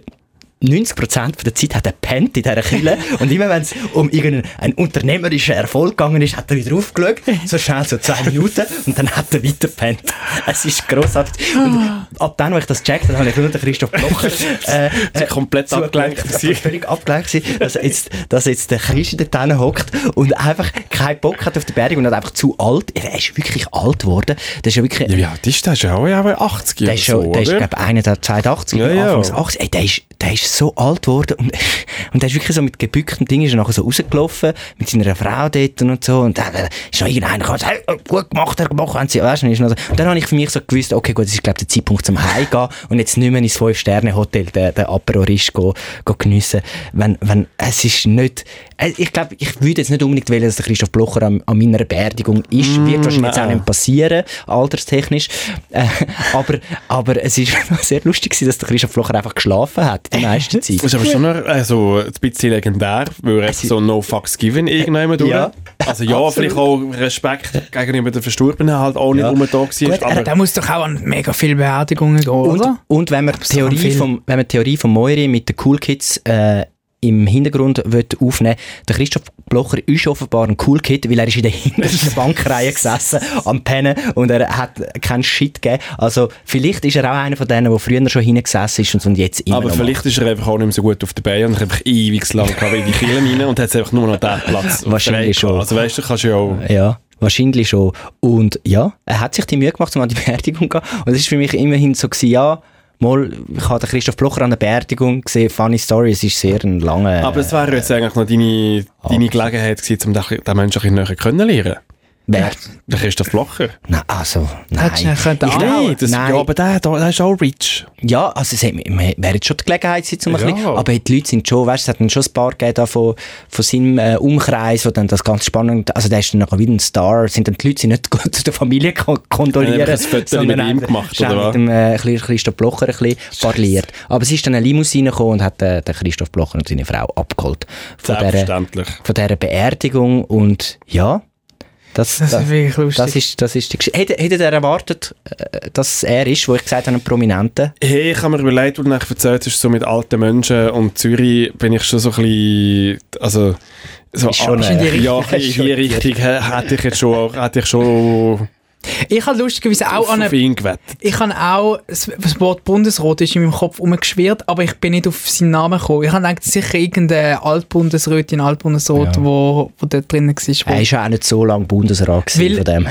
90% der Zeit hat er pennt in dieser Kille. Und immer wenn es um irgendeinen unternehmerischen Erfolg gegangen ist, hat er wieder aufgeschaut, so schnell, so zwei Minuten, und dann hat er weiter pennt. Es ist grossartig. Und ab dann, wo ich das checkt, dann habe ich nur den Christoph Blocher äh, Sie komplett zugeschaut. abgelenkt Das gewesen. war völlig abgelenkt, gewesen, dass jetzt, dass jetzt der Christ da drinnen hockt und einfach keinen Bock hat auf die Beerdigung und einfach zu alt. Er ist wirklich alt geworden. Das ist ja wirklich... Ja, wie alt ist der? Ist ja auch ja, 80 Der oder ist, schon, so, der ist oder? glaube ich, einer der 82, Ja, ja. Anfangs 80. Ey, der, ist, der ist so alt geworden und, und der ist wirklich so mit gebückten Dingen ist er nachher so rausgelaufen, mit seiner Frau dort und so. Und dann äh, ist noch irgendeiner gekommen und sagt, hey, gut gemacht, Herr Boch, haben Sie, weißt du, und ist noch so. Und dann habe ich für mich so gewusst, okay, gut, das ist, glaube ich, der Zeitpunkt zum Heimgehen und jetzt nicht mehr ins Fünf-Sterne-Hotel den, den Aperol Risch go, go geniessen. Wenn, wenn, es ist nicht, äh, ich glaube, ich würde jetzt nicht unbedingt wollen, dass der Christoph Blocher an, an meiner Beerdigung ist, wird wahrscheinlich jetzt auch Mm, nein. nicht passieren, alterstechnisch. Äh, aber, aber es war sehr lustig, gewesen, dass der Christoph Flocher einfach geschlafen hat die meiste Das Zeit. ist aber schon noch äh, so ein bisschen legendär, weil er so no fucks given irgendjemand durch. Ja. Also ja, vielleicht auch Respekt gegenüber den Verstorbenen halt auch nicht ja. Ja. rum da gewesen Gut, ist, er aber Der muss doch auch an mega viele Beerdigungen gehen, Und, oder? und wenn man die Absolut Theorie viel. vom, wenn man die Theorie von Moiri mit den Cool Kids äh, im Hintergrund wird aufnehmen der Christoph Blocher ist offenbar ein Cool Kid, weil er ist in der hintersten Bankreihe gesessen am Pennen und er hat keinen Shit gegeben. Also vielleicht ist er auch einer von denen, der früher schon hingesessen ist und- und jetzt immer aber noch vielleicht ist er einfach auch nicht mehr so gut auf der Beine und hat einfach ewig lang gehabt in die Kirche rein und hat einfach nur noch den Platz. auf Wahrscheinlich der Reihe schon. gehabt. Also weißt du, kannst du ja auch... Ja, wahrscheinlich schon. Und ja, er hat sich die Mühe gemacht, um an die Beerdigung zu gehen. Und es war für mich immerhin so, gewesen, ja, Mal, ich habe den Christoph Blocher an der Beerdigung gesehen, funny story, es ist sehr ein langer... Aber das wäre jetzt eigentlich noch deine, deine Gelegenheit gewesen, um den den Menschen ein bisschen näher können lernen. Wer? Der Christoph Blocher. Nein, also, Hättest du nein. ihn können Ich- anhauen. Nein, das, Nein. Ja, aber der, der, der ist auch rich. Ja, also es hat, man man wäre jetzt schon die Gelegenheit gewesen, um ein Ja. bisschen, aber die Leute sind schon, weißt, es hat dann schon ein paar gegeben da von, von seinem äh, Umkreis, wo dann das ganz spannend, also der ist dann nachher wieder ein Star, sind dann die Leute sind nicht gut zu der Familie kon Haben kondolieren, einfach ein Foto mit ihm haben- gemacht, schon oder mit dem äh, Chli- Christoph Blocher ein bisschen parliert. Aber es ist dann eine Limousine gekommen und hat äh, den Christoph Blocher und seine Frau abgeholt von dieser, Selbstverständlich. von dieser Beerdigung und ja, das, Das ist wirklich lustig. das ist, das ist die Geschichte. Hätte, hätte er erwartet, äh, dass es er ist, wo ich gesagt habe, ein Prominenter? Hey, ich habe mir überlegt, wo du nachher erzählt hast, so mit alten Menschen und Zürich bin ich schon so ein bisschen, also, so Ist schon ah, in die ja, Richtung. in die Richtung hä- hätte ich jetzt schon, auch- hätte ich schon Oh, Ich habe lustigerweise auch an auf eine, ihn gewettet. ich habe auch das das Wort Bundesrat ist in meinem Kopf rumgeschwirrt, aber ich bin nicht auf seinen Namen gekommen. Ich habe gedacht, sicher irgendein Altbundesrätin, Altbundesrat, Ja. Äh, wo, wo dort drinnen war. Er war ja auch nicht so lange Bundesrat Weil- gewesen von dem.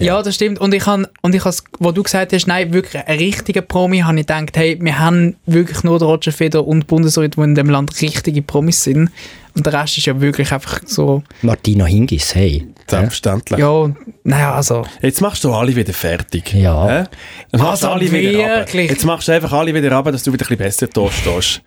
Ja, das stimmt. Und ich habe, und ich has, wo du gesagt hast, nein, wirklich ein richtiger Promi, habe ich gedacht, hey, wir haben wirklich nur den Roger Feder und die Bundesrat, die in dem Land richtige Promis sind. Und der Rest ist ja wirklich einfach so, Martina Hingis, hey. Selbstverständlich. ja, und- naja, also. Jetzt machst du alle wieder fertig. Ja. Hä? Dann machst du Also alle wieder runter. wirklich? Jetzt machst du einfach alle wieder runter, dass du wieder ein bisschen besser da stehst.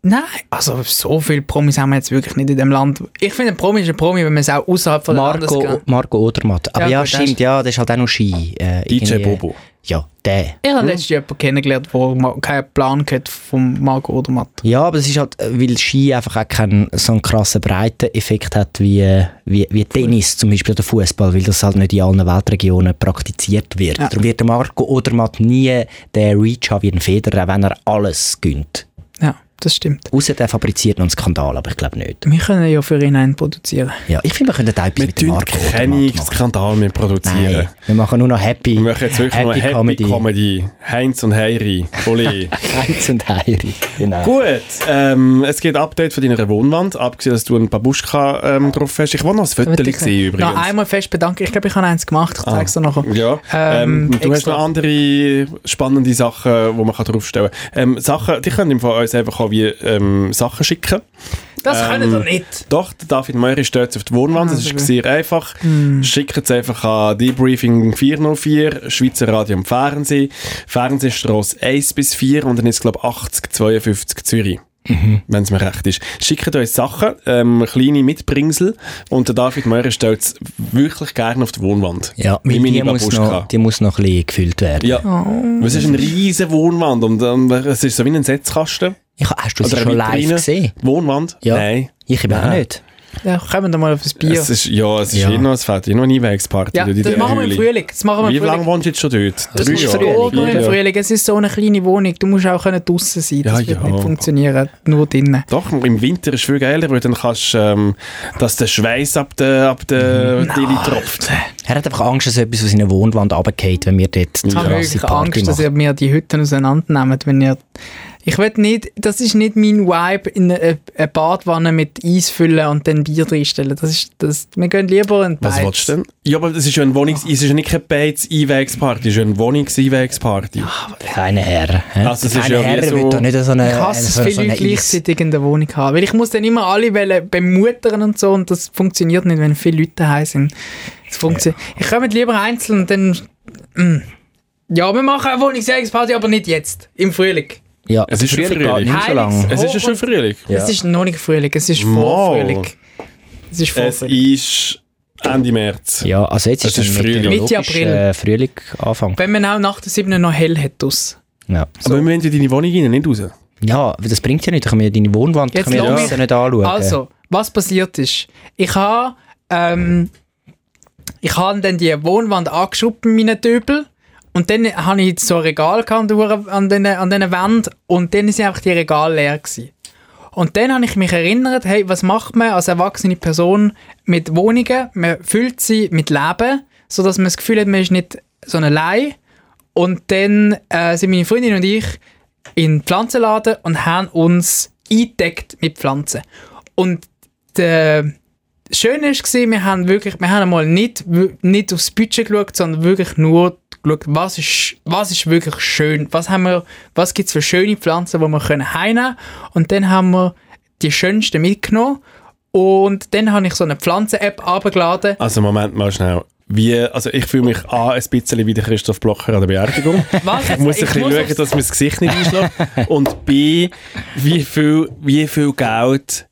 Nein, also so viele Promis haben wir jetzt wirklich nicht in dem Land. Ich finde, ein Promi ist ein Promi, wenn man es auch außerhalb von der Marco, Landesgrenze... Marco Odermatt. Aber Ja, ja, gut, das stimmt, ja, das ist halt auch noch Ski. Äh, DJ irgendwie. Bobo. Ja, der. Ich habe letztens jemanden kennengelernt, der ma- keinen Plan hat vom Marco Odermatt. Ja, aber es ist halt, äh, weil Ski einfach auch keinen so einen krassen Breiteneffekt hat wie, äh, wie, wie Tennis zum Beispiel oder Fußball, weil das halt nicht in allen Weltregionen praktiziert wird. Darum wird der Marco Odermatt nie den Reach haben wie ein Federer, auch wenn er alles gönnt. Ja, das stimmt. Außer der fabriziert noch einen Skandal, aber ich glaube nicht. Wir können ja für ihn einen produzieren. Ja, ich finde, wir könnten auch etwas Wir mit dem tun Marco Odermatt keine machen. Skandal mehr produzieren. Nein, wir machen nur noch Happy. Wir machen jetzt wirklich Happy mal Happy Comedy. Comedy. Heinz und Heiri. Ole. Heinz und Heiri. Genau. Gut, ähm, es gibt Update von deiner Wohnwand, abgesehen, dass du einen Babuschka ähm, drauf hast. Ich wollte noch ein Fötterchen sehen übrigens. Ah. Noch einmal fest bedanken. Ich glaube, ich habe eins gemacht. Ich zeige es dir nachher. Ja, Ähm, ähm, du hast extra. noch andere spannende Sachen, die man kann draufstellen kann. Ähm, Sachen, die können von uns einfach auch wie ähm, Sachen schicken. Das können wir Ähm, nicht. Doch, der David Meury steht auf die Wohnwand, das ist sehr einfach. Schickt es einfach an Debriefing 404, Schweizer Radio und Fernsehen, Fernsehstrasse 1 bis 4 und dann ist es glaube 80 52 Zürich. Mhm. Wenn es mir recht ist. Schickt uns Sachen, ähm, kleine Mitbringsel und der David Meurer stellt es wirklich gerne auf die Wohnwand. Ja, Wie weil meine die muss, Babuschka. noch, die muss noch ein bisschen gefüllt werden. Ja. Es ist eine riesige Wohnwand und ähm, es ist so wie ein Setzkasten. Ich, hast du sie Oder schon eine live Vitrine. gesehen? Wohnwand? Ja. Nein. Ich eben auch Nein. nicht. Ja, kommen wir mal auf das Bier. Es ist, ja, es ist Ja. eh noch, es fehlt eh noch eine Einwegsparty. Ja, durch die das machen wir im Höhle. Frühling. Das machen wir Wie im lange Frühling. wohnst du jetzt schon dort? Das ist Jahre? so Frühling, im Ja. Frühling. Es ist so eine kleine Wohnung. Du musst auch können draussen sein. Das Ja, wird ja. nicht funktionieren. Nur drinnen. Doch, im Winter ist es viel geiler, weil dann kannst du, ähm, dass der Schweiß ab der ab der Deli tropft. Er hat einfach Angst, dass etwas aus seiner Wohnwand runterfällt, wenn wir dort die Ich habe krasse wirklich Party Angst, dass machen. ihr mir die Hütten auseinandernehmt, wenn ihr... Ich will nicht... Das ist nicht mein Vibe, in eine, eine Badwanne mit Eis füllen und dann Bier reinstellen. Das ist... Das, wir gehen lieber in die Was Beiz. willst du denn? Ja, aber es ist ja ein Wohnungs... Es ist ja nicht keine Beiz-Einwegsparty, es ist ja eine Wohnungs-Einwegsparty. Keine Herr. hä? Also es ist Keine ja wie Herr so- will doch nicht so Äh, eine Ich hasse es, so, viele so eine Leute Eis. gleichzeitig in der Wohnung haben. Weil ich muss dann immer alle wollen bemuttern und so und das funktioniert nicht, wenn viele Leute daheim sind. Das funktioniert. Ich komme lieber einzeln und dann... mm. Ja, wir machen eine Wohnungsjägerparty, aber nicht jetzt, im Frühling. Ja, Es ist schon Frühling geht nicht so Frühling. lange. Es ist ja schon Frühling. Ja. Es ist noch nicht Frühling, es ist Mal. Vorfrühling. Es ist Es Vorfrühling. ist Ende März. Ja, also jetzt Es ist, ist ein Frühling. meteorologisch, Mitte April. äh, Frühling Anfang. Wenn man auch nach der 7 noch hell hat aus. Ja. Aber wir müssen in deine Wohnung rein, nicht raus. ja, das bringt ja nichts. Da können wir deine Wohnwand Jetzt können wir lass das ja mich- nicht anschauen. Also, was passiert ist, ich habe ähm, ich habe dann die Wohnwand angeschoben mit meinen Töbel und dann habe ich so ein Regal gehabt an der- an diesen an diesen Wänden und dann sind einfach die Regale leer gewesen. Und dann habe ich mich erinnert, hey, was macht man als erwachsene Person mit Wohnungen? Man füllt sie mit Leben, sodass man das Gefühl hat, man ist nicht so allein. Und dann äh, sind meine Freundin und ich in den Pflanzenladen und haben uns eingedeckt mit Pflanzen. Und äh, der Schöne war, wir haben wirklich, wir haben mal nicht, w- nicht aufs Budget geschaut, sondern wirklich nur geschaut, was ist, was ist wirklich schön, was, haben wir- was gibt es für schöne Pflanzen, die wir können heimnehmen können. Und dann haben wir die schönsten mitgenommen. Und dann habe ich so eine Pflanzen-App abgeladen. Also Moment mal schnell. Wie, also ich fühle mich A, ein bisschen wie der Christoph Blocher an der Beerdigung. Was? Ich muss ein bisschen schauen, dass mein Gesicht nicht einschlägt. Und B, wie viel, wie viel Geld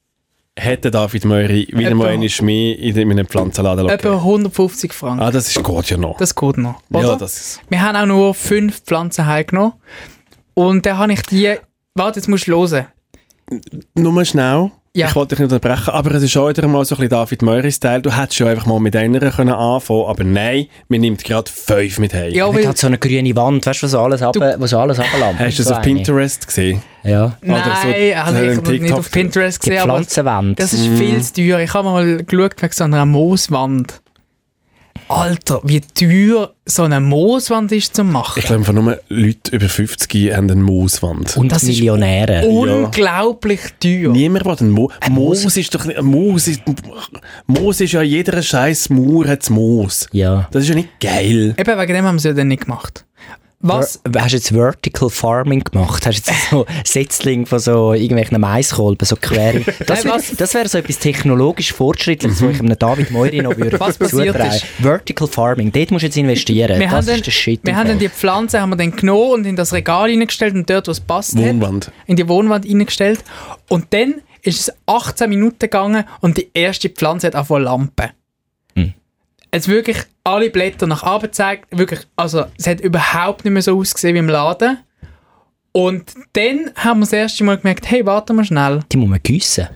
hätte David Möri wieder mal Etwa- einmal mehr in meinen Pflanzenladen lassen Etwa können? 150 Franken. Ah, das ist gut ja noch. Das geht noch. Oder? ja, das ist... Wir haben auch nur fünf Pflanzen heimgenommen. Und dann habe ich die. Warte, jetzt musst du hören. Nur mal schnell. Ja. Ich wollte dich nicht unterbrechen, aber es ist auch wieder mal so ein bisschen David Möri-Style. Du hättest schon einfach mal mit einer können anfangen aber nein, wir nimmt gerade fünf mit heim. Ja, Er weil. hat halt so eine grüne Wand, weißt du, was alles, ab, was alles ablammt. Hast du das So auf eine. Pinterest gesehen? Ja. Nein, Oder also so- ich so habe nicht TikTok- auf Pinterest Die gesehen, aber Pflanzenwand. das ist viel zu teuer. Ich habe mal geschaut wegen so einer Mooswand. Alter, wie teuer so eine Mooswand ist zu machen. Ich glaube einfach nur, Leute über 50 haben eine Mooswand. Und das ist- Millionäre. Unglaublich teuer. Niemand will einen Moos. Moos Moos- ist doch nicht... ein Moos ist, Moos ist ja jeder scheiß Mauer hat Moos. Ja. Das ist ja nicht geil. Eben wegen dem haben sie ja dann nicht gemacht. Was? Ver- Hast du jetzt Vertical Farming gemacht? Hast du jetzt so Setzling von so irgendwelchen Maiskolben so quer? Nein, Das wäre was- Mhm. das wär so etwas technologisch Fortschrittliches, wo ich einem David Moiri noch würde Was passiert zutrauen. ist- Vertical Farming, dort musst du jetzt investieren. Wir das haben, ist dann, der Shit. wir im haben dann Fall. die Pflanzen haben wir dann genommen und in das Regal hineingestellt und dort, wo es passt hat, Wohnwand. in die Wohnwand hineingestellt. Und dann ist es 18 Minuten gegangen und die erste Pflanze hat angefangen zu lampen. Hm. Es wirklich alle Blätter nach oben gezeigt. Wirklich, also es hat überhaupt nicht mehr so ausgesehen wie im Laden. Und dann haben wir das erste Mal gemerkt, hey, warte mal schnell. die muss man giessen.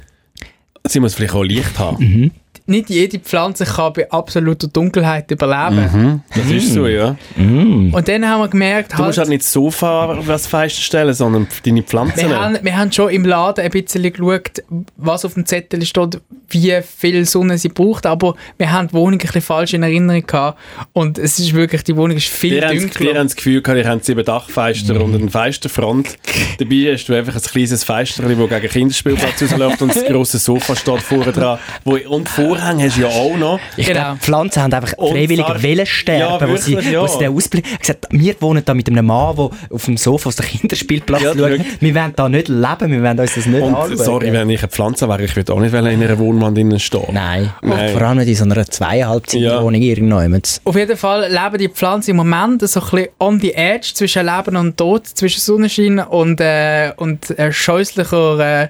Sie muss vielleicht auch Licht haben. Nicht jede Pflanze kann bei absoluter Dunkelheit überleben. Das ist so, ja. Und dann haben wir gemerkt, Du musst halt nicht das Sofa was feststellen, sondern deine Pflanzen. Wir haben, wir haben schon im Laden ein bisschen geschaut, was auf dem Zettel steht, wie viel Sonne sie braucht, aber wir haben die Wohnung ein bisschen falsch in Erinnerung gehabt und es ist wirklich, die Wohnung ist viel Ihr habt ihr dunkler. habt das Gefühl gehabt, ihr habt sieben Dachfeister und einen Feisterfront. Dabei hast du einfach ein kleines Feister, das gegen Kinderspielplatz rausläuft und das grosse Sofa steht vorne dran. Wo, und Vorhänge hast du ja auch noch. Ich Genau. glaub, Pflanzen haben einfach Und freiwillig Sarg- wollen sterben, Ja, wo, sie, wirklich, ja. wo sie den Ausblick... Ich gesagt, wir wohnen da mit einem Mann, der auf dem Sofa aus dem Kinderspielplatz Ja, schaut. schau. Wir wollen da nicht leben, wir wollen uns das nicht Und anschauen. sorry, wenn ich eine Pflanze wäre, ich würde auch nicht in einer Wohnwand innen stehen. Nein. Nein. Vor allem nicht in so einer zweieinhalb Ja. Zimmerwohnung irgendjemand. Auf jeden Fall leben die Pflanzen im Moment so ein bisschen on the edge zwischen Leben und Tod, zwischen Sonnenschein und, äh, und äh, scheußlicher äh,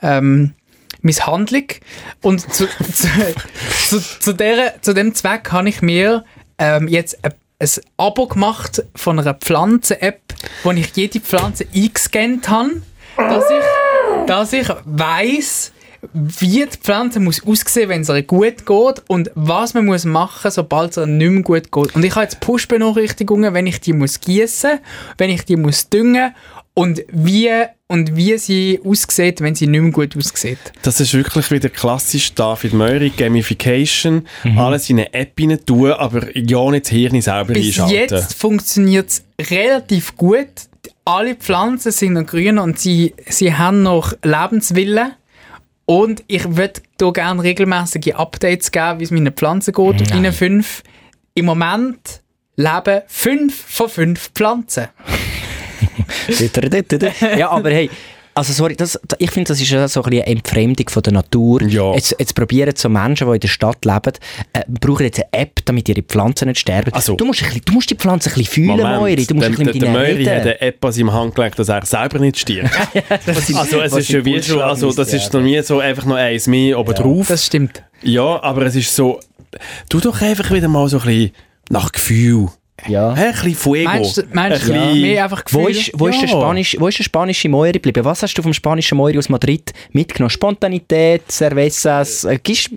ähm, Misshandlung. Und zu, zu, zu, zu, der, zu dem Zweck habe ich mir ähm, jetzt ein, ein Abo gemacht von einer Pflanzen-App, wo ich jede Pflanze eingescannt habe, dass ich, dass ich weiss, wie die Pflanze muss aussehen, wenn es ihr gut geht und was man muss machen, sobald es ihr nicht mehr gut geht. Und ich habe jetzt Push-Benachrichtigungen, wenn ich die muss gießen, wenn ich die muss düngen und wie und wie sie aussieht, wenn sie nicht mehr gut aussieht. Das ist wirklich wieder klassisch David Möri, Gamification, Mhm. alles in eine App rein tun, aber ja nicht das Hirn selber Bis einschalten. jetzt funktioniert es relativ gut. Alle Pflanzen sind noch grün und sie, sie haben noch Lebenswillen. Und ich würde hier gerne regelmäßige Updates geben, wie es meinen Pflanzen geht. Und Ihnen fünf. Im Moment leben fünf von fünf Pflanzen. ja, aber hey, also sorry, das, da- ich finde, das ist ja so ein bisschen eine Entfremdung von der Natur. Ja. Jetzt, jetzt probieren so Menschen, die in der Stadt leben, äh, brauchen jetzt eine App, damit ihre Pflanzen nicht sterben. Also- du, musst ein bisschen, du musst die Pflanzen ein bisschen fühlen, Moment, Moiri. Du musst der, ein bisschen der, mit der ihnen Möri hat reden. eine App an seinem Hand gelegt, dass er selber nicht stirbt. also es was ist ja im wie Bullshit schon, also das ist müsste noch nie so einfach noch eins mehr oben drauf. Das stimmt. Ja, aber es ist so, tu doch einfach wieder mal so ein bisschen nach Gefühl. Ja. Hey, ein bisschen Fuego. Meinst du, meinst du ein bisschen, mehr einfach Gefühl? Wo ist, wo, ist der Ja. Spanisch, wo ist der spanische Moiri geblieben? Was hast du vom spanischen Moiri aus Madrid mitgenommen? Spontanität, Cervezas, äh, gibst-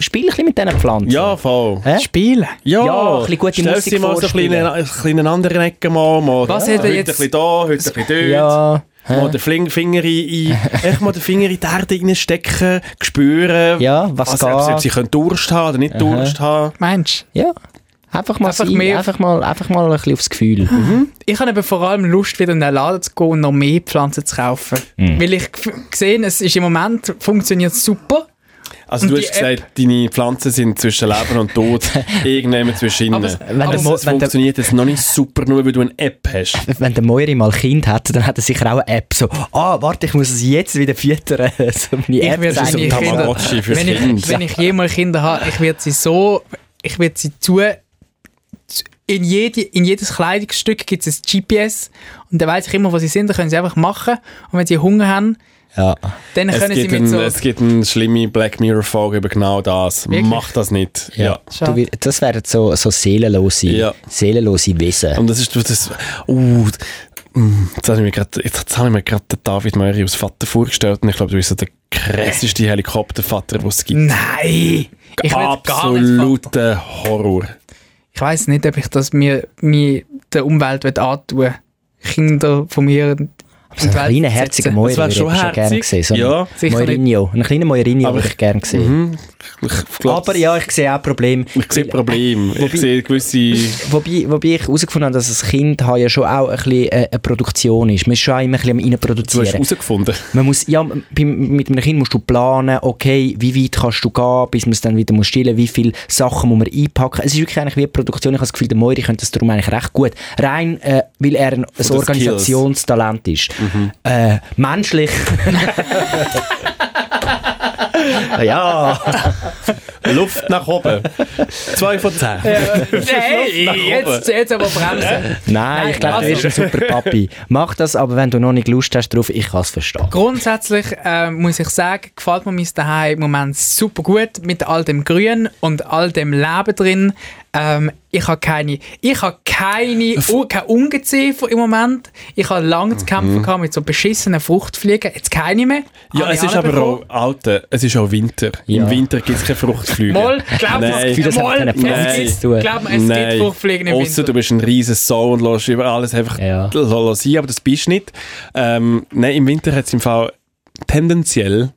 spiel ein bisschen mit diesen Pflanzen. Ja, voll. Hä? Spielen. Ja, Ja, ein bisschen gute Stell Musik sie mal so ein bisschen, vorspielen. in- ein bisschen in eine andere Ecke mal. mal Was ja. hat er Heute jetzt- ein bisschen da, heute ein bisschen dort. Ja. Mal den Fling Finger in, in- echt mal den Finger in die Erde reinstecken, spüren. Ja, was also, ob sie- geht. Ob sie können Durst haben oder nicht Durst haben. Meinst du? Ja. Einfach mal, Einfach sein, mehr- einfach mal, einfach mal ein bisschen aufs Gefühl. Mhm. Mhm. Ich habe eben vor allem Lust, wieder in den Laden zu gehen und noch mehr Hm. Pflanzen zu kaufen. Weil ich g- gesehen es ist im Moment funktioniert super. Also du die hast gesagt, deine Pflanzen sind zwischen Leben und Tod, irgendjemand zwischen ihnen. Aber es- Wenn aber es mo- es wenn der- funktioniert jetzt noch nicht super, nur weil du eine App hast. Wenn der Moiri mal Kind hat, dann hat er sicher auch eine App. So, ah, warte, ich muss es jetzt wieder füttern. So meine Ich App werde zeigt- so meine ein Kinder, Tamagotchi fürs wenn Kind. ich, wenn ich jemals Kinder habe, ich werde sie so, ich werde sie zu, zu- in, jede, in jedes Kleidungsstück gibt es ein GPS und dann weiß ich immer, wo sie sind, dann können sie einfach machen und wenn sie Hunger haben, Ja. dann Es können sie gibt, mit ein, so... es gibt eine schlimme Black Mirror-Folge über genau das. Wirklich? Mach das nicht. Ja. Ja. Schade. Du, wir- das wären so, so seelenlose, Ja. seelenlose Wesen. Und das ist das. Uh, mm, jetzt habe ich mir gerade jetzt habe ich mir gerade den David Möri als Vater vorgestellt und ich glaube, du bist so der krasseste Helikoptervater, den es gibt. Nein! Ich will gar nicht... Absoluter Horror. Ich weiß nicht, ob ich das mir, mir der Umwelt will antun Kinder von mir in So ein die Welt kleiner, setzen. herziger Moiri würde ich schon gerne sehen. So ein ja. Sicher nicht. Moirinho. Ein kleiner Moirinho Aber würde ich ich- gerne sehen. Mhm. Ich glaub, Aber ja, ich sehe auch Probleme. Ich sehe Probleme. Ich sehe gewisse. Wobei, wobei ich herausgefunden habe, dass ein Kind haben ja schon auch ein bisschen äh, eine Produktion ist. Man ist schon auch immer ein bisschen am Du hast Reinproduzieren. herausgefunden. Man muss, ja, beim, mit einem Kind musst du planen, okay, wie weit kannst du gehen, bis man es dann wieder muss stillen, wie viele Sachen muss man einpacken. Es ist wirklich eigentlich wie eine Produktion. Ich habe das Gefühl, der Moiri könnte das darum eigentlich recht gut. Rein, äh, weil er ein, ein den Organisationstalent ist. Äh, menschlich. ja. Luft nach oben. Zwei von zehn. nach Nein, oben. jetzt, jetzt aber bremsen. Nein, ich glaube, also- du bist ein super Papi. Mach das, aber wenn du noch nicht Lust hast drauf, ich kann es verstehen. Grundsätzlich äh, muss ich sagen, gefällt mir mein Daheim im Moment super gut mit all dem Grün und all dem Leben drin. Ähm, ich habe keine, ich habe keine, oh, kein Ungeziefer im Moment. Ich habe lange Mhm. zu kämpfen gehabt mit so beschissenen Fruchtfliegen, jetzt keine mehr. Ja, Habe ich es ist alle aber bekommen. auch Alter, es ist auch Winter. Ja. Im Winter gibt es keine Fruchtflüge. Moll, glaub mir, Nein. das hat Moll, mit einer es Pflanze gibt- zu tun. glaub mir, es gibt Fruchtfliegen im Außer du Winter. bist ein riesen Sau und lässt über alles einfach Ja. l- l- sein, aber das bist du nicht. Ähm, nein, im Winter hat es im Fall tendenziell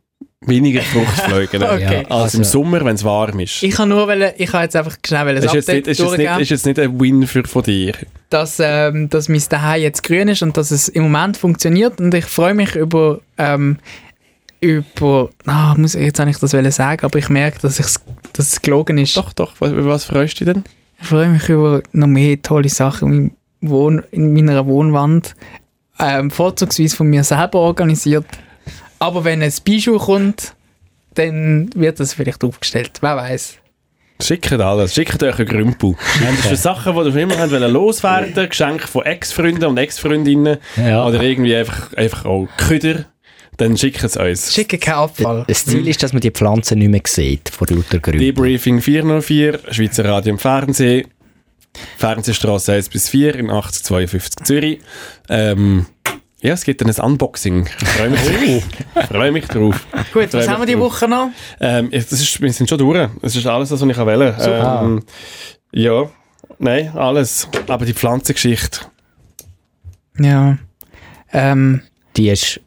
weniger Fruchtfliegen Okay. als Also- im Sommer, wenn es warm ist. Ich kann nur, wollen, ich kann jetzt einfach schnell wollen, das ist, jetzt Update nicht, ist, jetzt nicht, durchgeben. ist jetzt nicht ein Win für von dir. dass, ähm, dass mein Daheim jetzt grün ist und dass es im Moment funktioniert. Und ich freue mich über. Ähm, über. Ah, muss ich jetzt eigentlich das wollen sagen, aber ich merke, dass, ich's, dass es gelogen ist. Doch, doch. Was, über was freust du dich denn? Ich freue mich über noch mehr tolle Sachen in, meinem Wohn in meiner Wohnwand. Ähm, vorzugsweise von mir selber organisiert. Aber wenn ein Bijou kommt, dann wird das vielleicht aufgestellt. Wer weiß. Schickt alles, schickt euch einen Grümpel. Haben das für Sachen, die ihr schon immer habt wollen loswerden Geschenke von Ex-Freunden und Ex-Freundinnen Ja. oder irgendwie einfach, einfach auch Köder, dann schickt es uns. Schicke keinen Abfall. Das Ziel ist, dass man die Pflanzen nicht mehr sieht, vor lauter Grün. Debriefing 404, Schweizer Radio und Fernsehen, Fernsehstraße 1 bis 4 in 8052 Zürich. Ähm, ja, es gibt dann ein Unboxing. Ich freue mich drauf. Ich freue mich drauf. Gut, was haben freu wir mich die drauf. Woche noch? Ähm, ich- das ist, wir sind schon durch. Das ist alles, was ich wählen kann. Ähm, ja, nein, alles. Aber die Pflanzengeschichte. Ja. Ähm, Die ist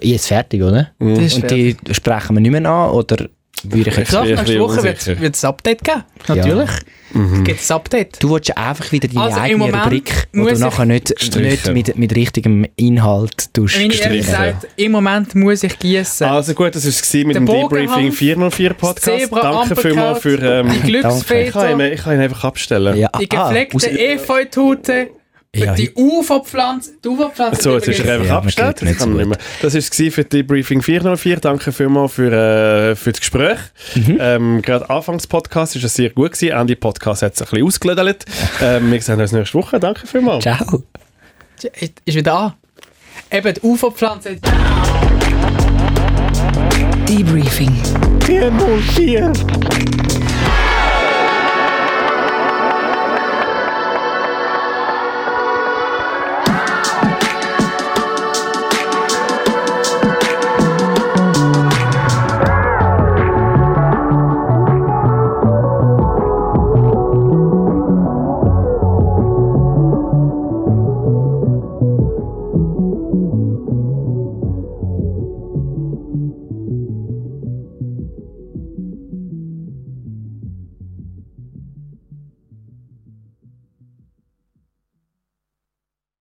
jetzt fertig, oder? Mhm. das ist Und die sprechen wir nicht mehr an, oder würde ich jetzt... Doch, bin nächste ein bisschen Woche wird unsicher. es ein Update geben. Natürlich. Gibt es ein Update? Du willst einfach wieder deine Also im eigene Moment Rubrik, wo muss du ich- nachher nicht, Streichen. nicht mit, mit richtigem Inhalt tust. Meine Ehrlich gestrichen. gesagt, im Moment muss ich gießen. Also gut, das war es mit Der dem Bogenhand, Debriefing 404 Ah, Podcast. Zebra, Danke vielmals für... die Ähm, ich, kann ihn, Glücksfeder, ich kann ihn einfach abstellen. Ja, die e- ah, gepflegte aus- Efeutute, Ja, eh, die Uferpflanze, die Uferpflanze. So, jetzt ist er einfach Ja, man abgestellt. sieht Das, nicht kann so man nicht mehr. das ist es für die Briefing 404. Danke vielmals für, äh, für das Gespräch. Mhm. Ähm, Gerade Anfangs-Podcast war es sehr gut. Gewesen. Ende Podcast hat es ein bisschen ausgelädelt. ähm, wir sehen uns nächste Woche. Danke vielmals. Ciao. Ist ist wieder an. Eben, die Uferpflanze. Debriefing. 404.